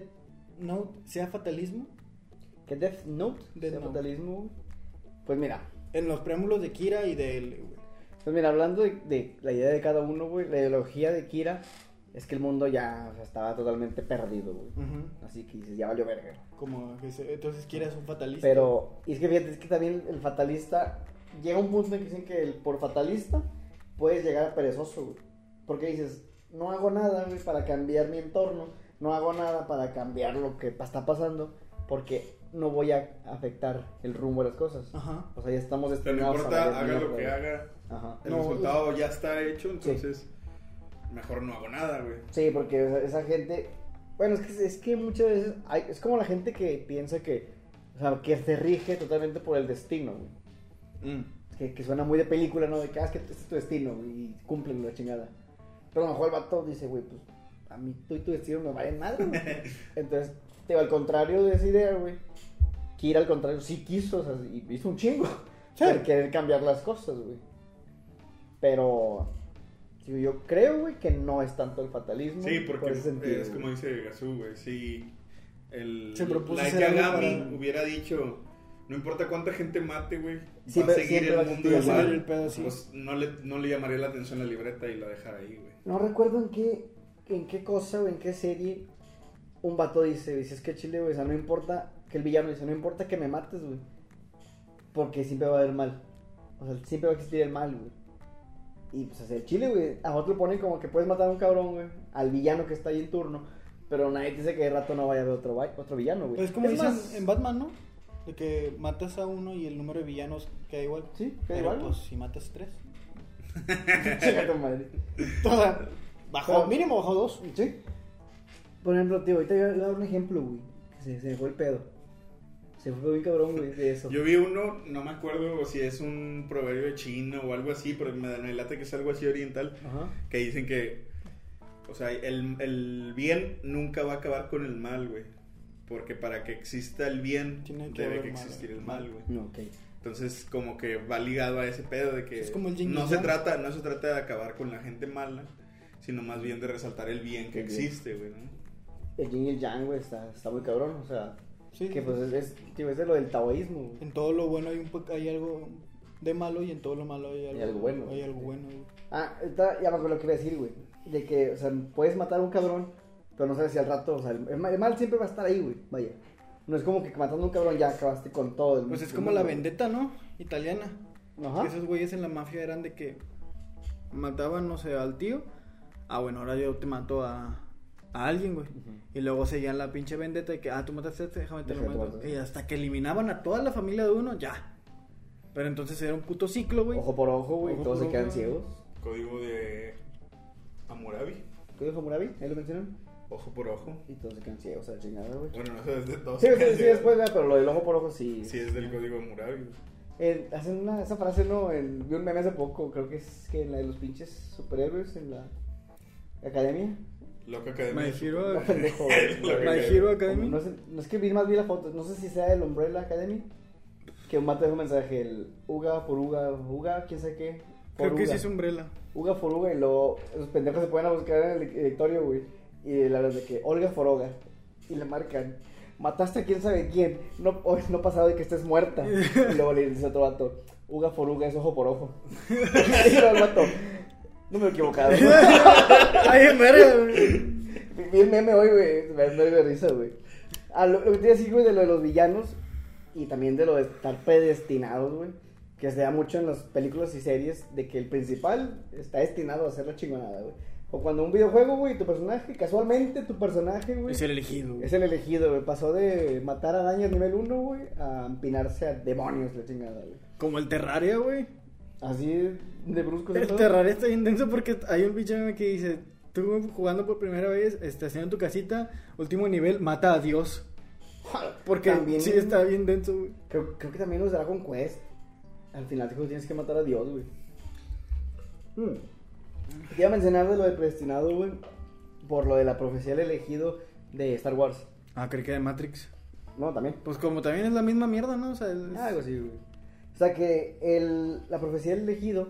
Note sea fatalismo? ¿Qué Death Note? Death ¿Sea Note. fatalismo, güey? Pues mira, En los preámbulos de Kira y de él, güey. Pues mira, hablando de, de la idea de cada uno, güey, la ideología de Kira es que el mundo ya o sea, estaba totalmente perdido, güey. Ujú. Así que dices, ya valió verga. Como que se- entonces Kira es un fatalista. Pero, y es que fíjate, es que también el fatalista, llega un punto en que dicen que el, por fatalista puedes llegar a perezoso, güey. Porque dices, no hago nada, güey, para cambiar mi entorno, no hago nada para cambiar lo que pa- está pasando, porque no voy a afectar el rumbo de las cosas. Ajá. O sea, ya estamos Pero no destinados a importa, valer haga mierda, lo que güey. haga, Ajá. el No, resultado ya está hecho, entonces mejor no hago nada, güey. Sí, porque esa, esa gente. Bueno, es que, es que muchas veces. hay- es como la gente que piensa que. O sea, que se rige totalmente por el destino, güey. Que, que suena muy de película, ¿no? De que, ah, es que este es tu destino güey, y cumplen la chingada. Pero a lo mejor el vato dice, güey, pues a mí tú y tu destino me valen madre, (laughs) güey. Entonces, te al contrario de esa idea, güey. Kira al contrario sí quiso, o sea, y hizo un chingo. Sí. Por querer cambiar las cosas, güey. Pero. digo, Yo creo, güey, que no es tanto el fatalismo. Sí, porque por ese sentido, es güey. como dice Gazú, güey. Si el Se propuso Light hacer algo Yagami para- hubiera dicho, no importa cuánta gente mate, güey, Sí, va a pero seguir siempre va a el mundo existir igual. el pedo, sí. Pues no le, no le llamaría la atención la libreta y la dejara ahí, güey. No recuerdo en qué, en qué cosa o en qué serie un vato dice, dice, es que Chile, güey, o sea, no importa, que el villano dice, no importa que me mates, güey, porque siempre va a haber mal, o sea, siempre va a existir el mal, güey. Y pues hacia el Chile, güey, a otro lo ponen como que puedes matar a un cabrón, güey, al villano que está ahí en turno, pero nadie te dice que de rato no vaya a haber otro, va- otro villano, güey. Pues como dicen más, en Batman, ¿no? De que matas a uno y el número de villanos queda igual. Sí, queda Pero, igual, Pues si matas tres. (laughs) (laughs) Chinga tu madre. O sea, bajó, Pero- mínimo bajó dos. Sí. Por ejemplo, tío, ahorita yo le voy a dar un ejemplo, güey. que Se, se me fue el pedo. Se me fue bien cabrón, güey, de eso. Yo vi uno, no me acuerdo si es un proverbio chino o algo así, pero me, me late que es algo así oriental, Ajá. que dicen que, o sea, el, el bien nunca va a acabar con el mal, güey. Porque para que exista el bien, Tiene que debe haber que mal, existir el mal. mal, güey. No, ok. Entonces, como que va ligado a ese pedo de que Es como el yin y no el se yang. trata, no se trata de acabar con la gente mala, sino más bien de resaltar el bien que El bien. existe, güey, ¿no? El yin y el yang, güey, está, está muy cabrón. O sea, Sí. que pues es, es, tío, es de lo del taoísmo, güey. En todo lo bueno hay, un, po- hay algo de malo y en todo lo malo hay algo, algo bueno. Hay algo bueno. güey. Ah, está, ya me acuerdo lo que iba a decir, güey. De que, o sea, puedes matar a un cabrón, pero no sabes si al rato, o sea, el, el mal, el mal siempre va a estar ahí, güey. Vaya. No es como que matando a un cabrón ya acabaste con todo el Pues es el como la mundo, güey. vendetta, ¿no? Italiana. Ajá. Que Esos güeyes en la mafia eran de que mataban, no sé, al tío. Ah, bueno, ahora yo te mato a, a alguien, güey. Ujú. Y luego seguían la pinche vendetta de que, ah, tú mataste a este, déjame te lo Déjame te mato. mato. Y hasta que eliminaban a toda la familia de uno, ya. Pero entonces era un puto ciclo, güey. Ojo por ojo, güey. Ojo Todos por se quedan ojo. ciegos. Código de Hammurabi, ¿Qué dijo Murabi? Ahí lo mencionaron. ojo por ojo. Y todos se quedan ciegos, o sea, chingada, güey. Bueno, no sé, es de todos. Sí, sí, sí, pues. después, ¿verdad? pero lo del ojo por ojo sí. Sí, es del código de Hammurabi. güey. Eh, hacen una, esa frase, ¿no? En- vi un meme hace poco, creo que es que en la de los pinches superhéroes en la (laughs) academia. Loca Academia. Me de (laughs) giro No, a- (laughs) pendejo. Lo güey. que My creo. Hero Academy. No, sé, no es que vi más vi la foto, no sé si sea el Umbrella Academy. Que un mate dejó un mensaje, el Uga por Uga, Uga, quién sabe qué. por Creo que sí Uga. (laughs) es Umbrella. (laughs) Uga por Uga y luego los pendejos se pueden a buscar en el directorio, güey. Y la verdad de que Olga por Olga. Y le marcan. Mataste a quién sabe quién. No, hoy no ha pasado de que estés muerta. Y luego le dice otro vato. Uga por uga es ojo por ojo. (laughs) Y era el vato, No me he equivocado. güey". Ay, en verga, güey. Vi vi el meme hoy, güey. Me me dio risa, güey. Ah, lo, lo que te decía, güey, de lo de los villanos y también de lo de estar predestinados, güey. Que se da mucho en las películas y series de que el principal está destinado a hacer la chingonada, güey. O cuando un videojuego, güey, tu personaje, casualmente tu personaje, güey. Es el elegido. güey. Es el elegido, güey. Pasó de matar arañas nivel 1, güey, a empinarse a demonios, la chingada, güey. Como el Terraria, güey. Así de brusco. El Terraria está intenso porque hay un bicho meme que dice: Tú jugando por primera vez, este, haciendo tu casita, último nivel, mata a Dios. Porque También- sí está bien denso, güey. Creo, creo que también los Dragon Quest. Al final dijo, tienes que matar a Dios, güey. Hmm. Te iba a mencionar de lo del predestinado, güey. Por lo de la profecía del elegido de Star Wars. Ah, creí que de Matrix. No, también. Pues como también es la misma mierda, ¿no? O sea, es- Algo así, Ah, güey. O sea que el, la profecía del elegido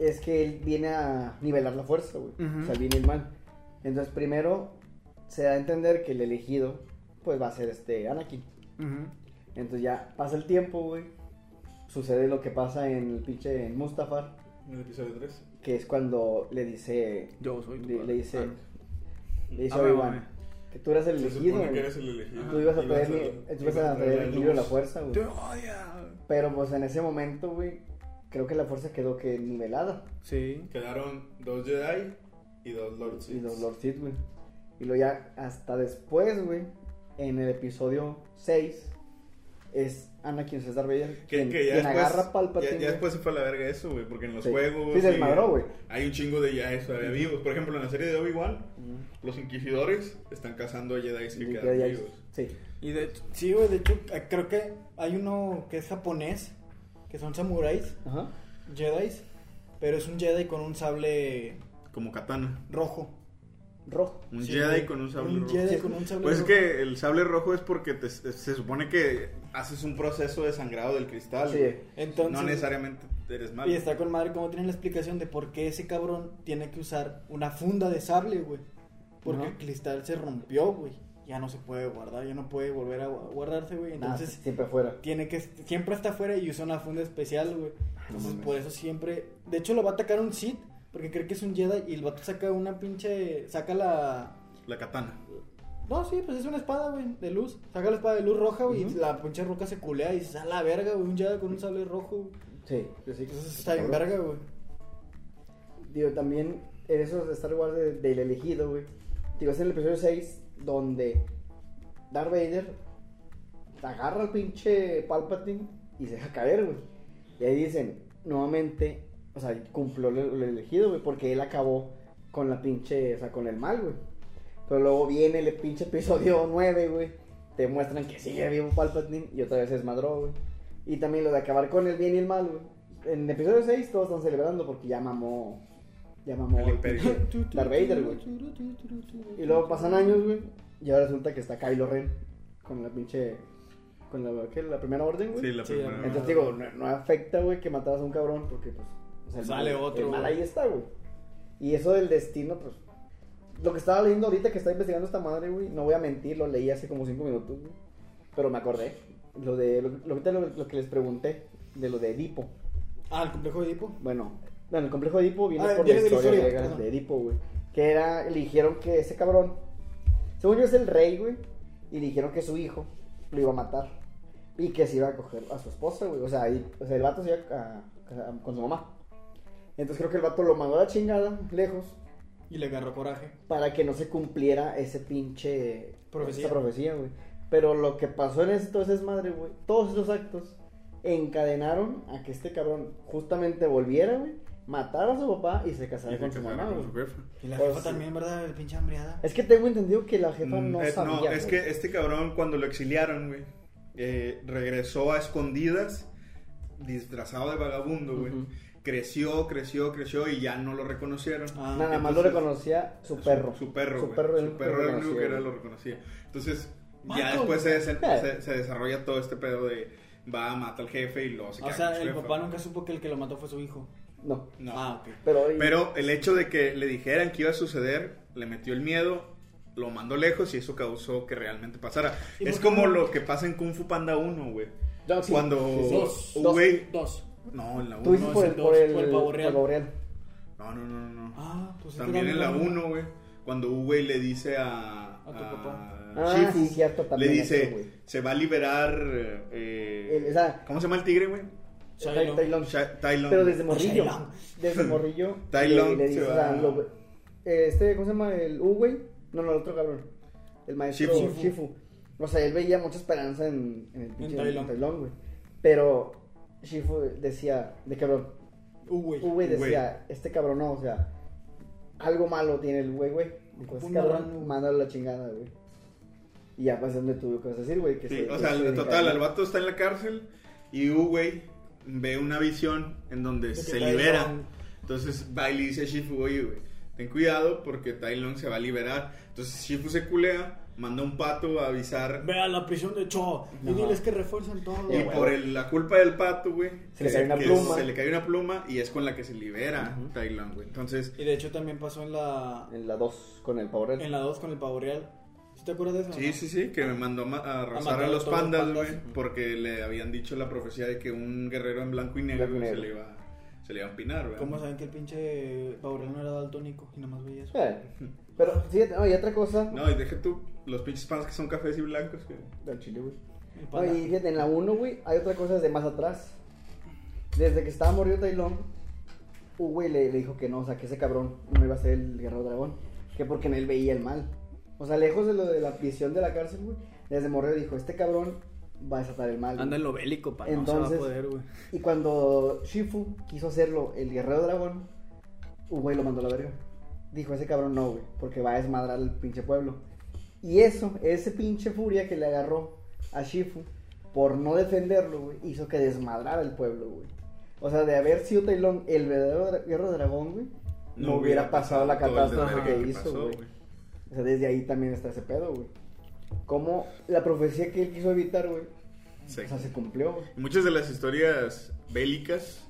es que él viene a nivelar la fuerza, güey. Ujú. O sea, el bien y el mal. Entonces, primero se da a entender que el elegido, pues va a ser este Anakin. Ujú. Entonces ya pasa el tiempo, güey. Sucede lo que pasa en el pinche en Mustafar, En el episodio 3. que es cuando le dice. Yo soy tu Le, padre. le dice. Le dice Ah, a Obi-Wan mame. que tú eras el Se elegido. supone güey. que eres el elegido. Tú ibas a Ibas traer, a- tú ibas ibas a a traer el traer equilibrio de la luz. fuerza, Te güey. odia. Pero pues en ese momento, güey, creo que la fuerza quedó que nivelada. Sí. Quedaron dos Jedi y dos Lord Sith. Y los Lord Sith, güey. Y luego ya hasta después, güey, en el episodio 6, es Anakin César Vader Que, quien, que ya, quien después, agarra a Palpatine. ya, ya güey. después se fue a la verga eso, güey, porque en los Sí. juegos... Sí, se y- desmadró, güey. Hay un chingo de ya eso, había vivos. Por ejemplo, en la serie de Obi-Wan, los inquisidores están cazando a Jedi Mm, que Y quedan ya- vivos. sí. Y de hecho- sí, güey, de hecho, eh, creo que hay uno que es japonés, que son samuráis, Ajá. jedis, pero es un Jedi con un sable Como katana. rojo. Rojo. Un Sí, Jedi güey. con un sable Un rojo. Jedi con un sable Pues es rojo. que el sable rojo es porque te- se supone que haces un proceso de sangrado del cristal. Sí. güey. Entonces, no necesariamente eres malo. Y está con madre cómo tienen la explicación de por qué ese cabrón tiene que usar una funda de sable, güey. Porque Ajá. el cristal se rompió, güey. Ya no se puede guardar, ya no puede volver a gu- guardarse, güey. Entonces, Entonces, siempre fuera. tiene que siempre está afuera y usa una funda especial, güey. Entonces, mames. por eso siempre, de hecho lo va a atacar un Sith porque cree que es un Jedi y el vato saca una pinche saca la La katana. no, sí, pues es una espada, güey, de luz. Saca la espada de luz roja, güey, y Ujú. la pinche roca se culea y dices, a la verga, güey, un Jedi con un sable rojo. güey". Sí, yo sí que Entonces está bien verga, güey. Digo, también en esos de Star Wars de- del elegido, güey. Digo, es en el episodio 6 donde Darth Vader agarra al pinche Palpatine y se deja caer, güey. Y ahí dicen, nuevamente, o sea, cumplió el, el elegido, güey, porque él acabó con la pinche, o sea, con el mal, güey. Pero luego viene el pinche episodio 9, güey. Te muestran que sigue vivo Palpatine y otra vez es madró, güey. Y también lo de acabar con el bien y el mal, güey. En el episodio 6 todos están celebrando porque ya mamó. Ya mamó. El imperio. Darth Vader, güey. Y luego pasan años, güey. Y ahora resulta que está Kylo Ren con la pinche. Con la, ¿qué? la primera orden, güey. Sí, la Sí, primera. la- Entonces digo, no, no afecta, güey, que matabas a un cabrón porque, pues. o sea, el Sale mal- otro, El mal güey. ahí está, güey. Y eso del destino, pues. Lo que estaba leyendo ahorita que está investigando esta madre, güey. No voy a mentir, lo leí hace como cinco minutos, güey. Pero me acordé. Lo de. Lo, lo- ahorita lo, lo que les pregunté. De lo de Edipo. Ah, el complejo de Edipo. Bueno, bueno, el complejo de Edipo viene Ah, por viene la de la historia, historia, griega ajá. de Edipo, güey. Que era, eligieron que ese cabrón, según yo es el rey, güey, y dijeron que su hijo lo iba a matar y que se iba a coger a su esposa, güey. O sea, y- o sea el vato se iba a- a- con su mamá. Entonces creo que el vato lo mandó a la chingada, lejos, Y le agarró coraje. para que no se cumpliera ese pinche Profecía. esa profecía, güey. Pero lo que pasó en ese entonces, madre, güey, todos esos actos encadenaron a que este cabrón justamente volviera, güey, matara a su papá y se casara Y se con su casaron mamá, con su güey. jefa. Y la Pues jefa sí. también, ¿verdad? El pinche hambreada. Es que tengo entendido que la jefa Mm, no es- sabía. es güey. que este cabrón cuando lo exiliaron, güey, eh, regresó a escondidas, disfrazado de vagabundo, eh, güey. Ujú. Creció, creció, creció y ya no lo reconocieron. Ah, Nada más lo entonces- reconocía su perro. Su, su perro, Su güey. perro, era el Su perro era el único que era, lo reconocía, reconocía. Entonces, ya Marco. después se, desen- Eh. se- se desarrolla todo este pedo de va, mata al jefe y luego se o queda sea, con su el jefa, papá güey. nunca supo que el que lo mató fue su hijo. No, No. Ah, ok. pero... y- Pero el hecho de que le dijeran que iba a suceder, le metió el miedo, lo mandó lejos y eso causó que realmente pasara. ¿Y Es por qué como no? lo que pasa en Kung Fu Panda 1, güey. No, Ah, sí, Cuando sí, sí. un güey Dos. No, en la Tú 1. dices es por, el el, dos, por el, por el pavo real. pavo real. No, no, no, no. no. Ah, pues este También era en la uno. 1, güey. Cuando Uwe le dice a. A tu papá. Ah, Shifu, sí, cierto, también Le eso, güey. dice, se va a liberar. eh, El- esa- ¿Cómo se llama el tigre, güey? Tai- Shailong. Tai Lung. Sha- Tai Lung. Pero desde morrillo. Shailong. Desde morrillo. Tai le- Lung le Pues se dices va. a lo- eh, este, ¿cómo se llama? El U, güey. No, no, el otro cabrón. El maestro Shifu. Shifu. O sea, él veía mucha esperanza en, en el pinche Tai Lung. en Tai Lung, güey. Pero Shifu decía, de cabrón. Uh, güey. U, güey, decía, este cabrón no, o sea, algo malo tiene el güey, güey. Entonces, Un marrano. cabrón, mándalo a la chingada, güey. Y ya, pues, es donde tuve cosas decir, güey. que Sí, se- o que sea, se en total, dedicaron. el vato está en la cárcel y U, güey, ve una visión en donde que se Tai libera. Lung- Entonces va y le dice a Shifu, oye, güey, ten cuidado porque Tai Lung se va a liberar. Entonces Shifu se culea, manda un pato a avisar. Ve a la prisión de Cho. Y Ajá. diles que refuercen todo. Y Ya, güey. por el- la culpa del pato, güey, Se le cae una que pluma. se le cae una pluma y es con la que se libera Tai Lung, güey. Entonces, Y de hecho también pasó en la En la 2, con el pavo real. en la 2 con el pavo real. ¿Sí te acuerdas de eso? sí, sí, sí, que me mandó a ma- a arrasar a, matar a los todos los pandas, pandas. güey, Ujú. porque le habían dicho la profecía de que un guerrero en blanco y negro, Blanco y güey, negro. Se, le iba, a- se le iba a empinar, güey. ¿Cómo saben que el pinche pavo real no era daltónico? Y nada más veía eso. Eh, Pero, sí, no, y otra cosa. No, y deja tú los pinches pandas que son cafés y blancos, güey. Del chile, güey. El No, panda. y fíjate, en la 1, güey, hay otra cosa desde más atrás. Desde que estaba morido Tailón, uh, güey, le, le dijo que no, o sea, que ese cabrón no iba a ser el guerrero dragón. Que porque en él veía el mal. O sea, lejos de lo de la prisión de la cárcel, güey. Desde morrido dijo, este cabrón va a desatar el mal. güey. Anda en lo bélico, pa. No se Entonces- va a poder, güey. Y cuando Shifu quiso hacerlo el guerrero dragón, un güey lo mandó a la verga. Dijo, ese cabrón no, güey, porque va a desmadrar al pinche pueblo. Y eso, ese pinche furia que le agarró a Shifu por no defenderlo, güey, hizo que desmadrara el pueblo, güey. O sea, de haber sido Tailón el verdadero dra- guerrero dragón, güey, no, hubiera pasado la todo el catástrofe desvergue que pasó, hizo, güey. O sea, desde ahí también está ese pedo, güey. Como la profecía que él quiso evitar, güey, Sí. o sea, se cumplió, güey. Muchas de las historias bélicas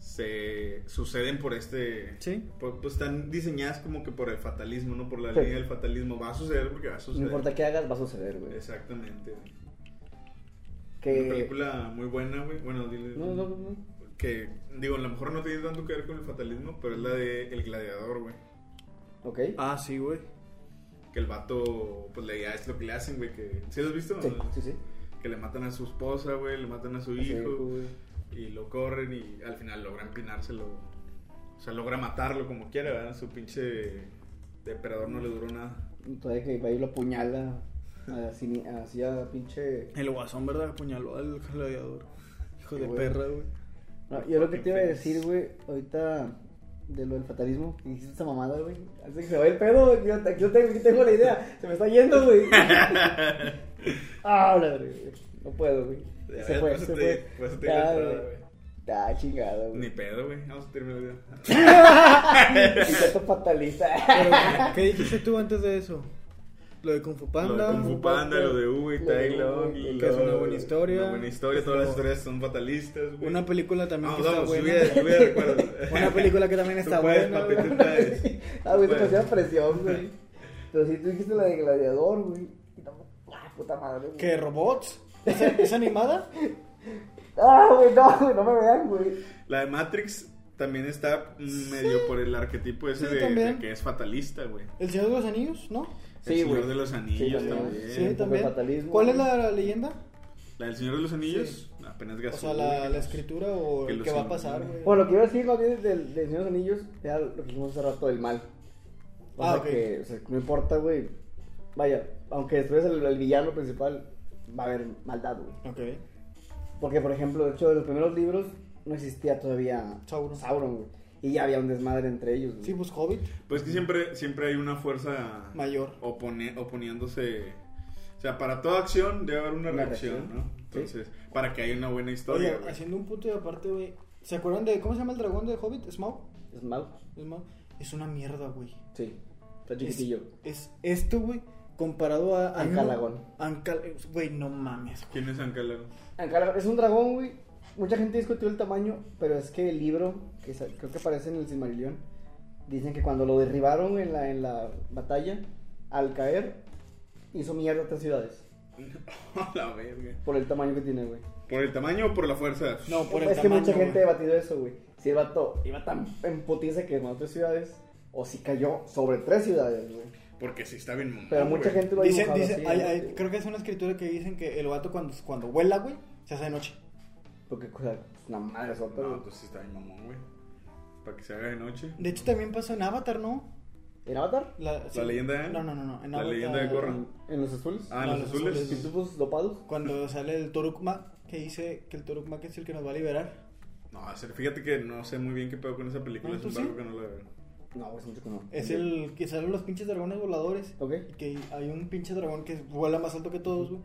se suceden por este... Sí. por- pues están diseñadas como que por el fatalismo, ¿no? Por la Sí. línea del fatalismo. Va a suceder porque va a No suceder. importa qué hagas, va a suceder, güey. Exactamente. Una Que... película muy buena, güey. Bueno, dile... No, no, no. Que, digo, a lo mejor no tiene tanto que ver con el fatalismo, pero es la de El Gladiador, güey. Ok. Ah, sí, güey. Que el vato, pues, le ya es lo que le hacen, güey. Que... ¿Sí lo has visto? Sí, sí, sí. Que le matan a su esposa, güey. Le matan a su Ese hijo. hijo, güey. Y lo corren y al final logra empinárselo. O sea, logra matarlo como quiera, ¿verdad? Su pinche emperador no le duró nada. Todavía que va y lo apuñala así, así a pinche... El guasón, ¿verdad? Apuñaló al gladiador. Hijo Sí, de güey. perra, güey. No, yo lo que te iba a Infeliz. decir, güey, ahorita de lo del fatalismo, que hiciste esa mamada, güey. Hace que se va el pedo, yo, yo tengo, yo tengo la idea, se me está yendo, (laughs) güey. ah, la verga, güey. No puedo, güey. Ya, Se ya, fue, por eso se te- fue. por eso te digo Ya, el pedo, güey. Ah, chingado, Ni güey. (laughs) pedo, güey. Vamos a terminar el video. Ni... fatalista. (laughs) Pero, ¿qué dijiste tú antes de eso? Lo de Kung Fu Lo de Panda. Kung Fu Panda, lo de Uwe y Lo de Tai Lung, Uwe, y que es lo- una buena historia. Una buena historia. Todas las historias son fatalistas, güey. Una película también Vamos, que está vamos, buena. lluvia de- lluvia de recuerdos. Una película que también (laughs) Tú está puedes, buena, papi, güey. tú puedes. Ah, güey, Bueno. demasiada presión, güey. Pero si tú dijiste la de gladiador, güey. Y tampoco- Ah, puta madre, güey. ¿Qué? ¿Robots? ¿Es, es animada? Ah, güey, no, güey, no me vean, güey. La de Matrix también está medio por el arquetipo ese Sí, de- de, también. que es fatalista, güey. ¿El Señor de los Anillos? ¿No? el Sí, Señor güey. de los Anillos Sí, también. Sí, Sí, un poco de también. fatalismo, ¿Cuál es güey. la, la leyenda? La del Señor de los Anillos, apenas O sea, gastó. la, la escritura o Que el los que va a in- pasar, güey. Bueno, lo que iba a decir más bien del, del Señor de los Anillos era lo que dijimos hace rato del mal. O Ah, sea ok. que, o sea, no importa, güey. Vaya, aunque destruyes el, el villano principal, va a haber maldad, güey. Ok. Porque, por ejemplo, de hecho, en los primeros libros no existía todavía Sauron. güey. Y ya había un desmadre entre ellos, güey. Sí, pues Hobbit. Pues que siempre, siempre hay una fuerza Mayor. opone- oponiéndose. O sea, para toda acción debe haber una, Una reacción, reacción, ¿no? Entonces, para que haya una buena Oye, historia, güey. haciendo un punto de aparte, güey. ¿Se acuerdan de cómo se llama el dragón de Hobbit? ¿Smaug? ¿Es malo? ¿Smaug? Es una mierda, güey. Sí. Está Es, chiquitillo. es esto, güey, comparado a... a Ancalagón. uno- Ancal... Güey, no mames, güey. ¿Quién es Ancalao? Ancalagón. Es un dragón, güey. Mucha gente discutió el tamaño, pero es que el libro, que sa- creo que aparece en el Silmarillion, dicen que cuando lo derribaron en la, en la batalla, al caer, hizo mierda a tres ciudades. (laughs) A la verga. Por el tamaño que tiene, güey. ¿Por el tamaño o por la fuerza? No, por el es que tamaño, mucha güey. gente ha debatido eso, güey. Si el vato iba tan en putiza que en tres ciudades, o si cayó sobre tres ciudades, güey. Porque sí está bien mamón, Pero mucha Ah, güey. gente lo ha Dice, dibujado dice, así, hay- güey, hay- creo que es una escritura que dicen que el vato cuando, cuando vuela, güey, se hace de noche. Porque, o sea, es una madre sota, No, pues, güey. entonces sí está bien mamón, güey. Para que se haga de noche. De hecho, también pasó en Avatar, ¿no? ¿En Avatar? La, sí. ¿La leyenda de? No, no, no, no. En La Avatar, leyenda de Korra. ¿En, en los azules? Ah, no, los, los azules. azules. ¿Pitufos dopados? Cuando sale el Torukma, que dice que el Torukma que es el que nos va a liberar. No, hacer- fíjate que no sé muy bien qué pedo con esa película. Ah, Es un ¿tú barco sí? que no la veo. No, güey, es mucho que no. Es el que salen los pinches dragones voladores. Ok. Y que hay un pinche dragón que vuela más alto que todos, güey.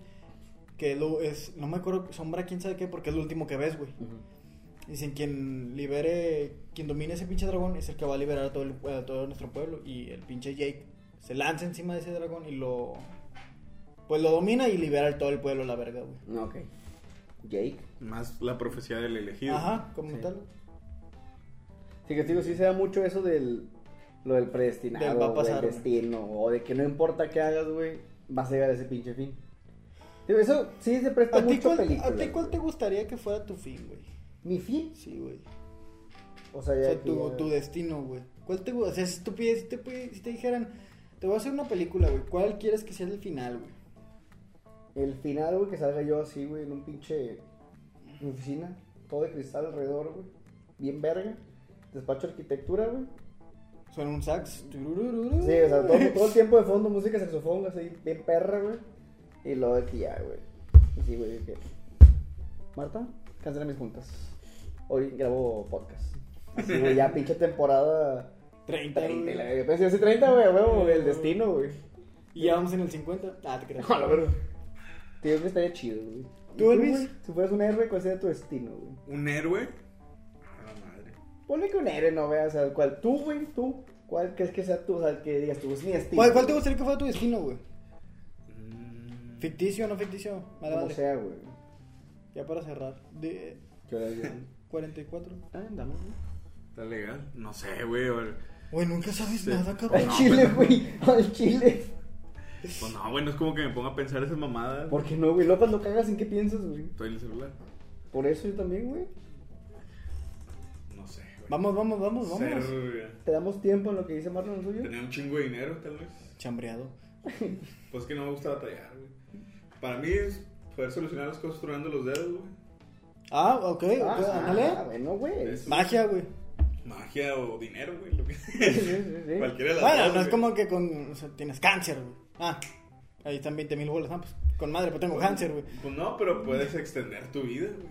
Que lo es, no me acuerdo, sombra quién sabe qué, porque es lo último que ves, güey. Ujú. Dicen quien libere, quien domine ese pinche dragón es el que va a liberar a todo, el- a todo nuestro pueblo. Y el pinche Jake se lanza encima de ese dragón y lo. Pues lo domina y libera a todo el pueblo, la verga, güey. No, ok. Jake. Más la profecía del elegido. Ajá, como Sí. tal. Sí, que te digo, sí se da mucho eso del. Lo del predestinado, Del va a güey, pasar, del güey. destino, o de que no importa qué hagas, güey, vas a llegar a ese pinche fin. Digo, eso sí se presta ¿A ti, mucho a cuál, película. a ti cuál te güey. gustaría que fuera tu fin, güey? ¿Mi fin? Sí, güey. O sea, O ya. sea, que tu, ya- tu destino, güey. ¿Cuál te gustaría? O sea, si, tú pides- si te, pides- si te dijeran, te voy a hacer una película, güey. ¿Cuál quieres que sea el final, güey? El final, güey, que salga yo así, güey, en un pinche. Mi oficina, todo de cristal alrededor, güey. Bien verga. Despacho de arquitectura, güey. ¿Suena un sax? Sí, Sí, o (laughs) sea, todo, todo el tiempo de fondo, música saxofón, así, bien perra, güey. Y luego de que ya, güey. Así, güey, de que. Marta, cancela mis juntas. Hoy grabo podcast. Así, güey, ya pinche temporada 30, 30. la güey. verga. Pero si hace 30, güey, huevo, güey, el destino, güey. Y ya vamos en el 50. Ah, te (laughs) creas. A la verga. Tío, que estaría chido, güey. ¿Y ¿Tú, Elvis? güey? Si fueras un héroe, ¿cuál sería tu destino, güey? Un héroe. A la madre. Ponle que un héroe no veas, o sea, ¿cuál? Tú, güey, tú. ¿Cuál crees que sea tú? O sea, el que digas tú, es mi destino. ¿Cuál, cuál te gustaría que fuera tu destino, güey? Mm, ¿Ficticio o no ficticio? Vale, Como vale. sea, güey. Ya para cerrar. De ¿Qué hora es ya? 44. Ah, andamos, güey. Está legal. No sé, güey. a ver. Güey, nunca sabes Sí. nada, cabrón. Al chile, güey. Al chile. Pues no, güey, no es como que me ponga a pensar esas mamadas. ¿Por qué no, güey? Luego cuando cagas, ¿en qué piensas, güey? Estoy en el celular. Por eso yo también, güey. No sé, güey. Vamos, vamos, vamos, vamos. Ser- Te damos tiempo en lo que dice Marlon, ¿no suyo? Tener un chingo de dinero, tal vez. Chambreado. Pues que no me gusta batallar, güey. Para mí es poder solucionar las cosas tronando los dedos, güey. Ah, ok, ok, ándale. ah, bueno, güey. Eso. Magia, güey. Magia o dinero, güey. (laughs) Lo que... Sí, sí, sí. Cualquiera de las Bueno, no es dos, güey. como que con. O sea, tienes cáncer, güey. Ah, ahí están 20 mil bolas. Ah, pues con madre, pero tengo cáncer, güey. Pues no, pero puedes extender tu vida, güey.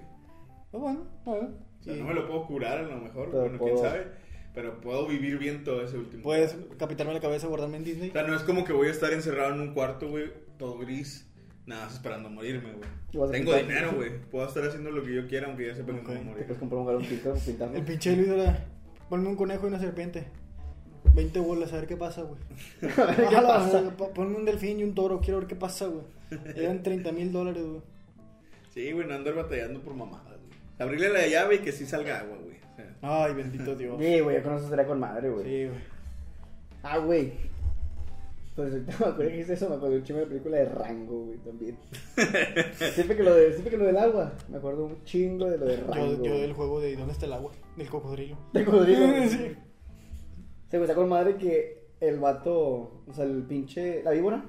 Pues bueno, a ver. O sea, Y no me lo puedo curar a lo mejor, Pero bueno, quién puedo- Pues, sabe. Pero puedo vivir bien todo ese último. Puedes rato, güey. capitarme la cabeza, guardarme en Disney. O sea, no es como que voy a estar encerrado en un cuarto, güey, todo gris, nada más esperando morirme, Y vas güey. a Tengo pintar. dinero, güey. Puedo estar haciendo lo que yo quiera, aunque ya sepa que me voy a Ok. Te morir. puedes comprar un galón pintor, pintarlo. El pinche Luis era. Ponme un conejo y una serpiente. 20 bolas, a ver qué pasa, güey. (laughs) A ver, ¿qué Ojalá, pasa? ojalá, po- Ponme un delfín y un toro, quiero ver qué pasa, güey. Eran 30 mil dólares, güey. Sí, güey, no andar batallando por mamadas, güey. Abrirle la llave y que sí salga agua, güey. O sea, Ay, bendito Dios. Sí, güey, yo con eso sería con madre, güey. Sí, güey. Ah, güey. Pues ahorita me acuerdo que dijiste eso, me acuerdo un chingo de la película de Rango, güey, (laughs) también. siempre, que lo de, siempre que lo del agua, me acuerdo un chingo de lo de Rango. Yo, yo güey. del juego de ¿Dónde está el agua? Del cocodrilo. Del cocodrilo. sí. Se me está con madre que el vato, o sea, el pinche, la víbora,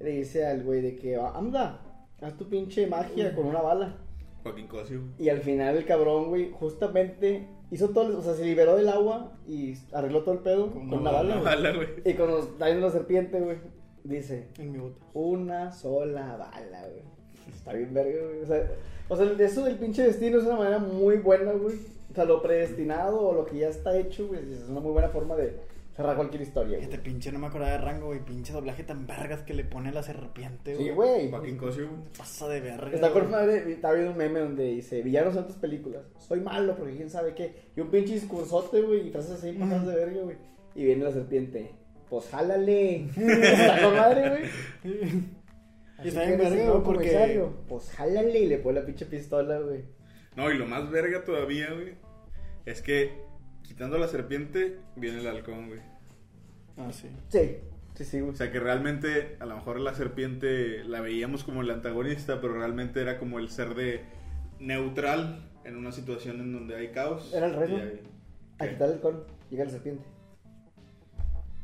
le dice al güey de que, anda, haz tu pinche magia con una bala. Joaquín Cosio. Y al final el cabrón, güey, justamente hizo todo, o sea, se liberó del agua y arregló todo el pedo con, una bala. Una güey. bala, güey. Y con los daños de la serpiente, güey, dice, En mi bota. una sola bala, güey. Está bien verga, güey. O sea, o sea, eso del pinche destino es una manera muy buena, güey. O sea, lo predestinado o lo que ya está hecho, güey, es una muy buena forma de cerrar cualquier historia, güey. Este pinche no me acordaba de rango, güey. Pinche doblaje tan vergas que le pone la serpiente, güey. Sí, güey. Joaquín Cosio, güey. Pasa de verga. Está güey. con madre, está viendo un meme donde dice, villanos en tus películas, soy malo porque quién sabe qué. Y un pinche discursote, güey, y frases así pasadas de verga, güey. Y viene la serpiente, pues jálale. (laughs) Está con madre, güey. Y Así está que eres el bien verga, nuevo güey, porque. comisario, Pues jálale y le pone la pinche pistola, güey. No, y lo más verga todavía, güey, es que quitando la serpiente viene el halcón, güey. Ah, sí. Sí, sí, sí, güey. O sea que realmente a lo mejor la serpiente la veíamos como el antagonista, pero realmente era como el ser de neutral en una situación en donde hay caos. Era el reto. y hay- A ¿Qué? quitar el halcón, llega la serpiente.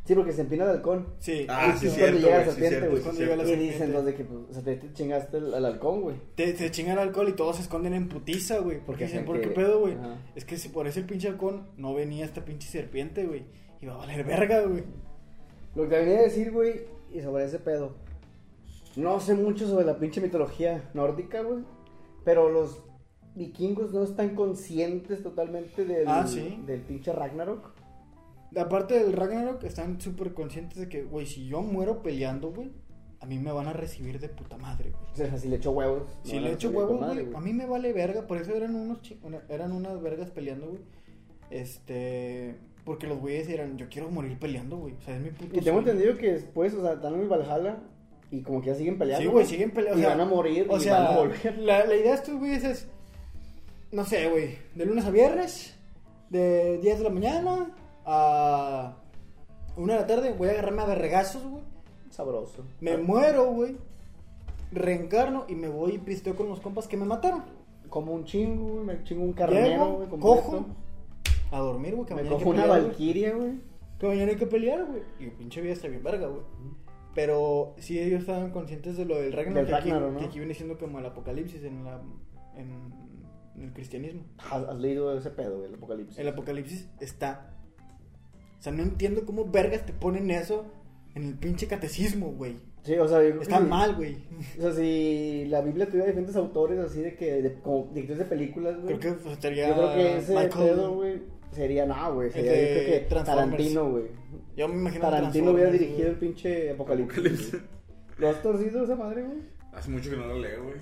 Sí, porque se empina el halcón. Sí. Ah, sí, es cierto, cuando llega güey, la sí, serpiente, cierto, güey. sí, Cuando llega cierto. y la dicen serpiente. los de que pues, o sea, te te chingaste el- al halcón, güey. Te, te chingan alcohol y todos se esconden en putiza, güey. Porque Porque dicen, hacen ¿por qué que- pedo, güey? Ajá. Es que si por ese pinche halcón no venía esta pinche serpiente, güey. Iba a valer verga, güey. Lo que venía a decir, güey, y sobre ese pedo. No sé mucho sobre la pinche mitología nórdica, güey. Pero los vikingos no están conscientes totalmente del, Ah, sí. del pinche Ragnarok. Aparte del Ragnarok, están súper conscientes de que, güey, si yo muero peleando, güey, a mí me van a recibir de puta madre, güey. O sea, si le echo huevos. Si no, le no, echo no, con huevos, madre, güey, a mí me vale verga. Por eso eran unos chi- una- eran unas vergas peleando, güey. Este. Porque los güeyes eran, yo quiero morir peleando, güey. O sea, es mi puto. Y tengo sueño. entendido que después, o sea, están en el Valhalla y como que ya siguen peleando. Sí, güey, siguen peleando. Y o sea, van a morir O y sea, van a (laughs) volver. La, la idea de estos güeyes es. No sé, güey. De lunes a viernes, de 10 de la mañana a 1 de la tarde, voy a agarrarme a vergazos, güey. Sabroso. Me muero, güey. Reencarno y me voy y pisteo con los compas que me mataron. Como un chingo, güey, me chingo un carnero, güey, Llego, completo. cojo. A dormir, güey. Que Me mañana hay cojo que una pelear, güey. valquiria, güey. Que mañana hay que pelear, güey. Y pinche vida está bien verga, güey. Pero sí ellos estaban conscientes de lo del Ragnarok, Del que, aquí, Ragnarok, ¿no? que aquí viene siendo como el apocalipsis en, la, en, en el cristianismo. ¿Has, has leído ese pedo, güey, el apocalipsis. El apocalipsis está... O sea, no entiendo cómo vergas te ponen eso en el pinche catecismo, güey. Sí, o sea, yo creo que Está sí. mal, güey. O sea, si la Biblia tuviera diferentes autores así de que, de- como directores de películas, güey. Creo que pues, estaría yo creo que ese Michael- pedo, güey, sería, no, güey, sería, El yo de creo que Transformers. Tarantino, güey. Yo me imagino a Tarantino hubiera Transformers, dirigido el güey. pinche apocalipsis. Apocalipsis. güey. ¿Lo has torcido esa madre, güey? Hace mucho que no lo leo, güey.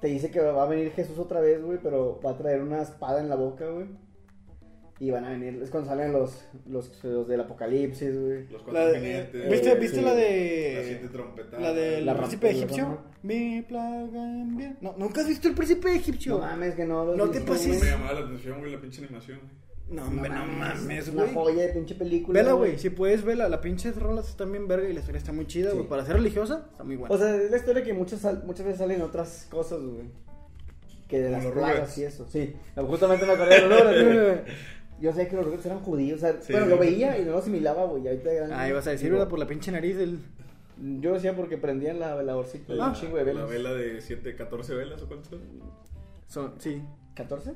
Te dice que va a venir Jesús otra vez, güey, pero va a traer una espada en la boca, güey. Y van a venir, es cuando salen los, los, los del apocalipsis, güey. La Los cuatro de- jinetes. ¿Viste, eh, viste sí. la Las siete de... trompetas. La del La príncipe rampa, la egipcio. rampa. Mi plaga envía. No, nunca has visto el príncipe egipcio. No mames, que no los No te vi, No, pases. Me llamaba la atención, güey, la pinche animación, güey. No, No hombre, no mames, mames, una güey. joya de pinche película. Vela, güey. Si puedes, vela. La pinche rolas están bien verga y la historia está muy chida, Sí. güey. Para ser religiosa, está muy buena. O sea, es la historia que muchas, sal- muchas veces salen otras cosas, güey. Que de Como las los plagas Rugrats. y eso. Sí, no, justamente me acordé de los Rugrats, (laughs) güey. Yo sé que los Rugrats eran judíos. O sea, Sí, bueno, sí. lo veía y no lo asimilaba, güey. y Ahorita eran. Ahí vas Ah, a decir, digo, ¿verdad? Por la pinche nariz del. Yo decía porque prendían la veladorcita. La, Ah, un chingo de la velas. vela de 7, 14 velas o cuántas? Son, sí. ¿14?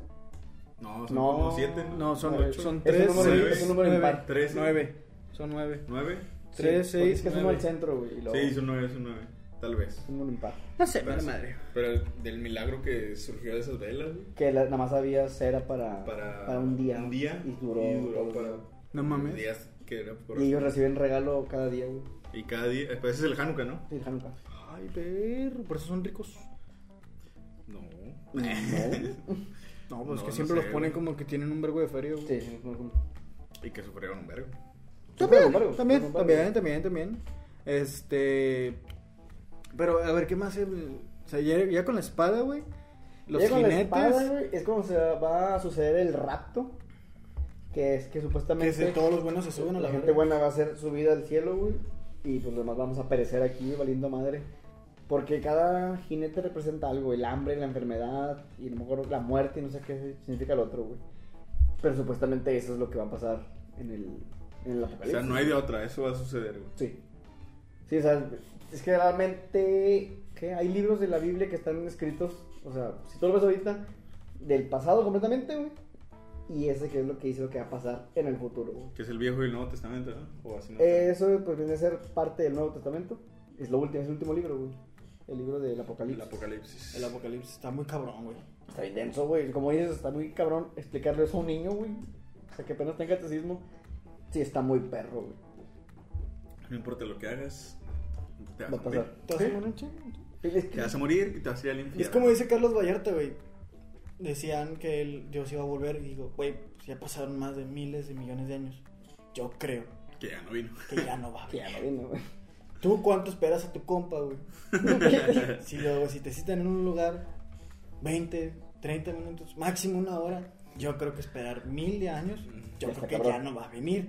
No, son No, como 7, ¿no? No, son, Ocho. son Es tres. un número- seis, es un número nueve, impar. Tres. Nueve. Son nueve. 9. Tres, Sí, porque seis, Es que son nueve. al centro, güey. y luego- Sí, son 9, son 9. Tal vez. Es un impar. No sé, Pero vale sí. madre. Pero del milagro que surgió de esas velas, güey. Que la- nada más había cera para, Para, un día. Un día. Y duró. todos los para. días. No mames. Días que era por- Y ellos reciben regalo cada día, güey. Y cada día. eh, Pues ese es el Hanukkah, ¿no? Sí, (laughs) Hanukkah. Ay, perro. Por eso son ricos. No. Eh, No. No, pues No, que no siempre sé, los ponen güey. como que tienen un vergo de feria, güey. Sí, sí, no, no. Y que sufrieron un vergo. También, Pero, pero, también, pero, también, también, también. Este. Pero, a ver, ¿qué más? eh? O sea, ya, ya con la espada, güey. Los Llega con la jinetes. espada, güey, es como se va a suceder el rapto. Que es que que supuestamente se- todos los buenos se suben a la, la gente verga. buena va a ser subida al cielo, güey. Y pues los demás vamos a perecer aquí, valiendo madre. Porque cada jinete representa algo: el hambre, la enfermedad, y a lo mejor la muerte, y no sé qué significa el otro, güey. Pero supuestamente eso es lo que va a pasar en el, en el O apocalipsis. sea, no hay de otra. Eso va a suceder, güey. Sí. Sí, o sea, es que realmente ¿qué? hay libros de la Biblia que están escritos, o sea, si tú lo ves ahorita, del pasado completamente, güey. Y ese que es lo que dice lo que va a pasar en el futuro, güey. Que es el Viejo y el Nuevo Testamento, ¿no? O así no. Eso pues viene a ser parte del Nuevo Testamento. Es lo último, es el último libro, güey. El libro del el Apocalipsis. Apocalipsis. El apocalipsis está muy cabrón, güey. Está bien denso, güey. Como dices, está muy cabrón explicarle eso a un niño, güey. O sea, que apenas tenga catecismo. Sí, está muy perro, güey. No importa lo que hagas. Te Va vas a a pasar. morir. ¿Te vas a poner chingo? Es que- Te vas a morir y te vas a ir al infierno. Es como dice Carlos Vallarta, güey. Decían que él, Dios iba a volver y digo, güey, pues ya pasaron más de miles de millones de años. Yo creo Que ya no vino. que ya no va. a que (laughs) haber. ya no viene, güey. ¿Tú cuánto esperas a tu compa, güey? si, lo- si te citan en un lugar, 20, 30 minutos, máximo una hora, yo creo que esperar mil de años, yo Ya Mm, está creo que cabrón. ya no va a (laughs) venir.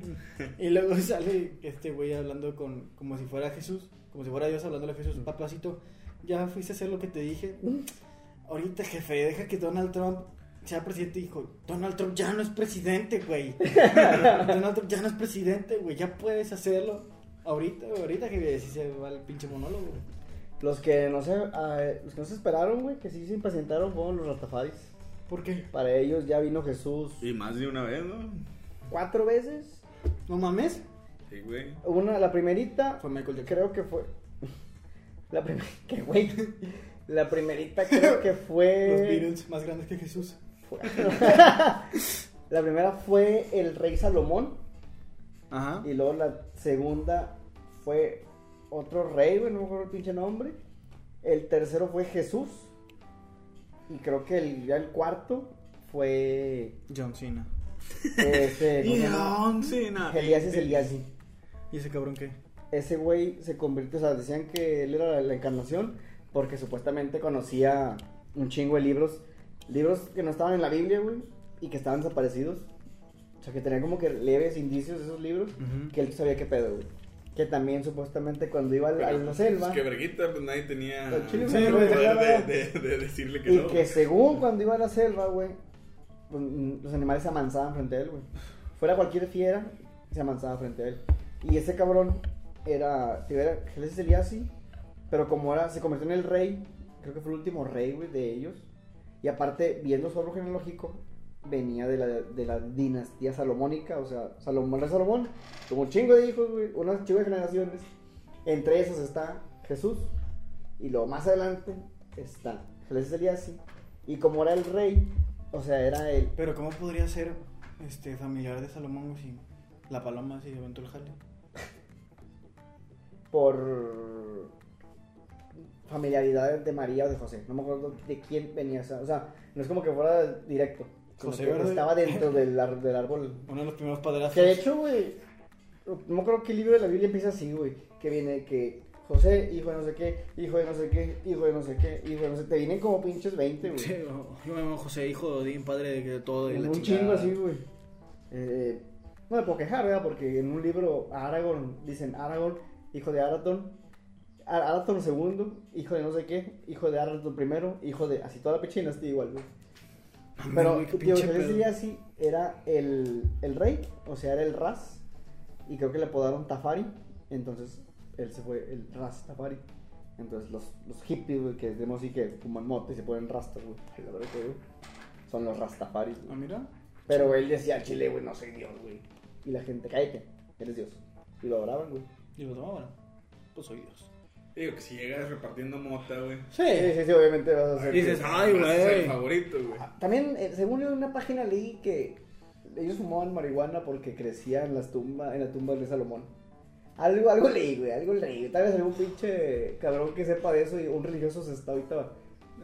Y luego sale este güey hablando con, como si fuera Jesús, como si fuera Dios hablándole a Jesús, papacito, ya fuiste a hacer lo que te dije. Ahorita, jefe, deja que Donald Trump sea presidente. Hijo, Donald Trump ya no es presidente, (laughs) güey. Donald Trump ya no es presidente, güey. Ya puedes hacerlo. Ahorita, güey, ahorita que sí se va el pinche monólogo, güey. (laughs) Los que no se, ah, los que no se esperaron, güey, que sí se impacientaron fueron los ratafadis. ¿Por qué? Para ellos ya vino Jesús Y más de una vez, ¿no? cuatro veces. ¿No mames? Sí, güey. Una, la primerita, Fue Michael Jackson. creo que fue. (laughs) La (laughs) primera, que güey. La primerita creo que fue. (laughs) Los Beatles más grandes que Jesús. fue- (laughs) la primera fue el rey Salomón. Ajá. Y luego la segunda fue otro rey, güey, no me acuerdo el pinche nombre. El tercero fue Jesús. Y creo que el, ya el cuarto fue. John Cena. (laughs) Este, ¿cómo se llama? John Cena. Elías es Elías. ¿Y ese cabrón qué? Ese güey se convirtió, o sea, decían que él era la, la encarnación porque supuestamente conocía un chingo de libros. Libros que no estaban en la Biblia, güey, y que estaban desaparecidos. O sea, que tenían como que leves indicios de esos libros Ujú. que él sabía qué pedo, güey. Que también supuestamente cuando iba al- a Pero, la pues, selva. que verguita, pues nadie tenía Al chile, el güey, poder no, no, no. de, de- de decirle que Y no. que según cuando iba a la selva, güey, pues, mm, los animales se amansaban frente a él, güey. Fuera cualquier fiera, se amansaba frente a él. Y ese cabrón era, te digo, era Jesús Eliasi, pero como era, se convirtió en el rey, creo que fue el último rey, güey, de ellos. Y aparte, viendo su árbol genealógico, venía de la, de la dinastía salomónica, o sea, Salomón, el rey Salomón, tuvo un chingo de hijos, güey, unas chingo de generaciones. Entre esas está Jesús, y luego más adelante está Jesús Eliasi. Y como era el rey, o sea, era el. Pero ¿cómo podría ser este familiar de Salomón güey, si la paloma se aventó el jale? por familiaridad de María o de José. No me acuerdo de quién venía. esa- O sea, no es como que fuera directo. sino José, que ¿verdad? estaba dentro del, ar- del árbol. Uno de los primeros Que de padrastros. hecho, güey. No me acuerdo qué libro de la Biblia empieza así, güey. Que viene que José, hijo de no sé qué, hijo de no sé qué, hijo de no sé qué, hijo de no sé Te vienen como pinches 20, güey. Sí, o- yo me llamo José, hijo de Odín, padre de que todo y En la un chingada. chingo así, güey. Eh, no me puedo quejar, ¿verdad? Porque en un libro Aragorn, dicen Aragorn, hijo de Arathorn, Ar- Arathorn segundo, hijo de no sé qué, hijo de Arathorn primero, hijo de... Así toda la pechina está igual, güey. Mami, Pero, güey, tío, qué Ah, pinche Jesús pedo. Eliasi era el, el rey, o sea, era el Ras, y creo que le apodaron Tafari, entonces él se fue el Ras Tafari. Entonces los, los hippies, güey, que vemos así que fuman mote y se ponen rastas, güey, la verdad que, güey, son los Rastafaris, güey. Ah, mira. Pero güey, él decía, al chile, güey, no soy Dios, güey. Y la gente, cállate, eres Dios. Y lo adoraban, güey. Y lo tomaban. Pues soy Dios. Digo que si llegas repartiendo mota, güey. "Ah, Sí, sí, sí, obviamente vas a ser. Dices, Dios. "Ay, vas a ser güey". el favorito, güey. También, eh, según en una página leí que ellos fumaban marihuana porque crecía en, las tumba, en la tumba de Salomón. Algo, algo leí, güey, algo leí. Tal vez algún pinche cabrón que sepa de eso y un religioso se está ahorita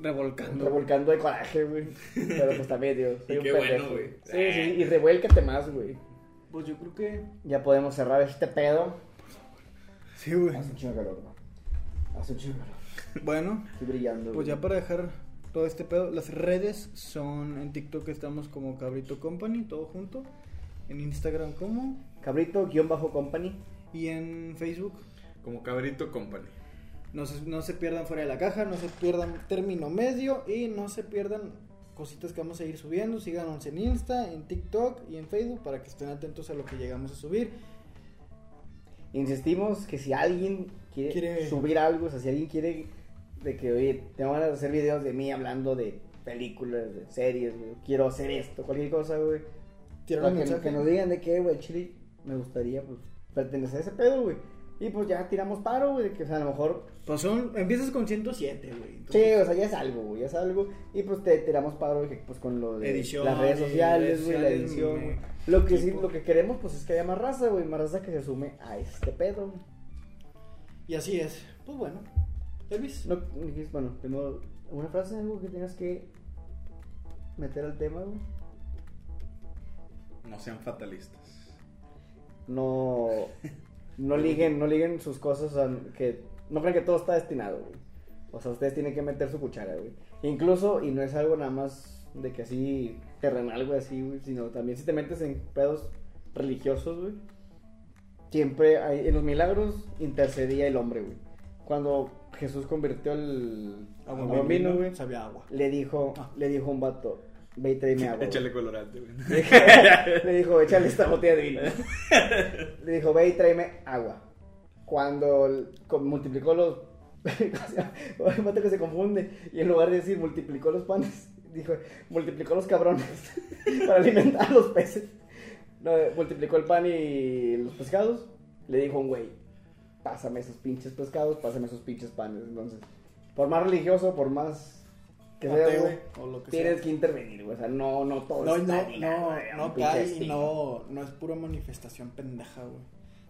Revolcando. revolcando de coraje, güey. Pero pues también, Dios. Y qué bueno, güey. Sí, sí, y revuélcate más, güey. Pues yo creo que. Ya podemos cerrar este pedo. Sí, güey. Hace un chingo de calor, güey. Hace un chingo de calor. Bueno, Estoy brillando. pues güey. ya para dejar todo este pedo, las redes son en TikTok estamos como Cabrito Company, todo junto. En Instagram como. Cabrito-company. Y en Facebook Como Cabrito Company. No se, no se pierdan fuera de la caja, no se pierdan término medio y no se pierdan cositas que vamos a ir subiendo. Síganos en Insta, en TikTok y en Facebook para que estén atentos a lo que llegamos a subir. Insistimos que si alguien quiere, Quiere- subir algo, o sea, si alguien quiere de que, oye, te van a hacer videos de mí hablando de películas, de series, güey, quiero hacer esto, cualquier cosa, güey. Tiraron Para que, mensaje. que nos digan de qué, güey, chile, me gustaría, pues, pertenecer a ese pedo, güey. Y pues ya tiramos paro, güey, de que, o sea, a lo mejor Pues son, empiezas con 107, güey. Sí, entonces- o sea, ya es algo, güey, ya es algo. Y pues te tiramos paro de que, pues, con lo de Edición, las redes redes sociales, güey, la sociales, edición, me- güey. Lo que sí, tipo. lo que queremos, pues, es que haya más raza, güey, más raza que se sume a este pedo. Y así es. Pues bueno. Elvis. No, dijiste, bueno, primero, una frase, algo que tengas que meter al tema, güey. No sean fatalistas. No, no liguen, no liguen sus cosas, o sea, que no crean que todo está destinado, güey. O sea, ustedes tienen que meter su cuchara, güey. Incluso, y no es algo nada más de que así terrenal, güey, así, güey, sino también si te metes en pedos religiosos, güey. Siempre hay- en los milagros intercedía el hombre, güey. Cuando Jesús convirtió al Abombino, abomino, güey, Sabía a agua. le dijo, le dijo a un vato, ve y tráeme agua. güey". (laughs) Échale colorante, güey. le dijo, échale esta botella de vino. le dijo, ve y tráeme agua. Cuando el- con- multiplicó los... (laughs) Hay un vato que se confunde y en lugar de decir multiplicó los panes, dijo, multiplicó los cabrones (laughs) para alimentar a los peces. No, eh, multiplicó el pan y los pescados. Le dijo un güey, pásame esos pinches pescados, pásame esos pinches panes. Entonces, por más religioso, por más que sea, Ateo, güey, o lo que Tienes sea. que intervenir, güey. O sea, no, no todo No, está no, bien, no, güey, un no pinche cae y estilo. no, no es pura manifestación pendeja, güey.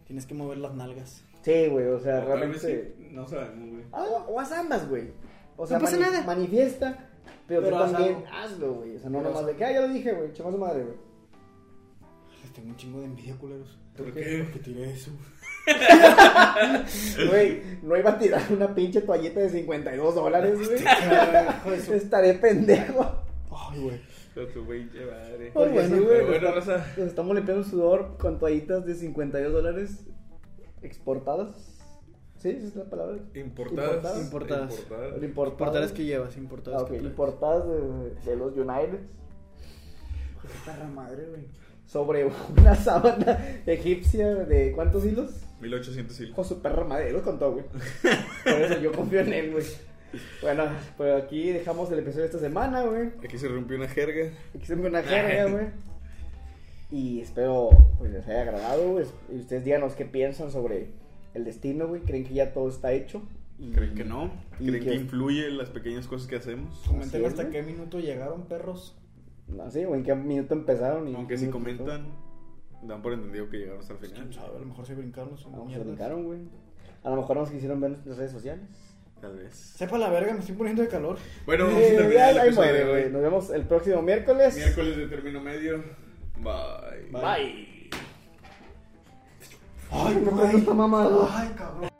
Tienes que mover las nalgas. Sí, güey, o O sea, tal vez realmente. sí, No sabemos, güey. Ah, O, o haz ambas, güey. O sea, pasa mani- nada. manifiesta, pero, Pero tú haz también algo. hazlo, güey. O sea, no Pero nomás haz- de que, ah, ya lo dije, güey, chama su madre, güey. Les tengo un chingo de envidia, culeros. ¿Por qué? Porque tiré eso. Güey, no iba a tirar una pinche toallita de 52 dólares, güey. Carajo, (laughs) eso. Estaré pendejo. Ay, güey. Pero tu pinche madre. Porque Pues bueno, sí, güey. Pero bueno, raza. Nos estamos limpiando el sudor con toallitas de 52 dólares exportadas. ¿Sí? ¿Esa es la palabra? Importadas. Importadas. Importadas. Importadas. llevas, Ah, importadas ok, importadas de, de los United Perra madre, güey. sobre una (laughs) sábana egipcia de cuántos hilos. 1800 hilos. Con su perra madre, lo contó, güey. Por eso yo confío en él, güey. Bueno, pues aquí dejamos el episodio de esta semana, güey. Aquí se rompió una jerga. Aquí se me una carga, güey. Y espero pues, les haya agradado, güey. Y ustedes díganos qué piensan sobre el destino, güey. ¿Creen que ya todo está hecho? Y- ¿Creen que no? y ¿Creen que- que influye en las pequeñas cosas que hacemos? Comenten es, hasta güey. qué minuto llegaron, perros. No sé, güey. ¿En qué minuto empezaron? y Aunque qué si minuto pasó? comentan, dan por entendido que llegaron hasta el Pues quién final. sabe, a lo mejor se brincaron A lo son mejor se mierdas. brincaron, güey. A lo mejor nos quisieron ver en nuestras redes sociales. Tal vez. Sepa la verga, me estoy poniendo de calor. Bueno, vamos a Eh, terminar el ahí episodio muere, de hoy. güey. Nos vemos el próximo miércoles. Miércoles de término medio. Bye. Bye. Ay, No me gusta, mamá. Ay, cabrón.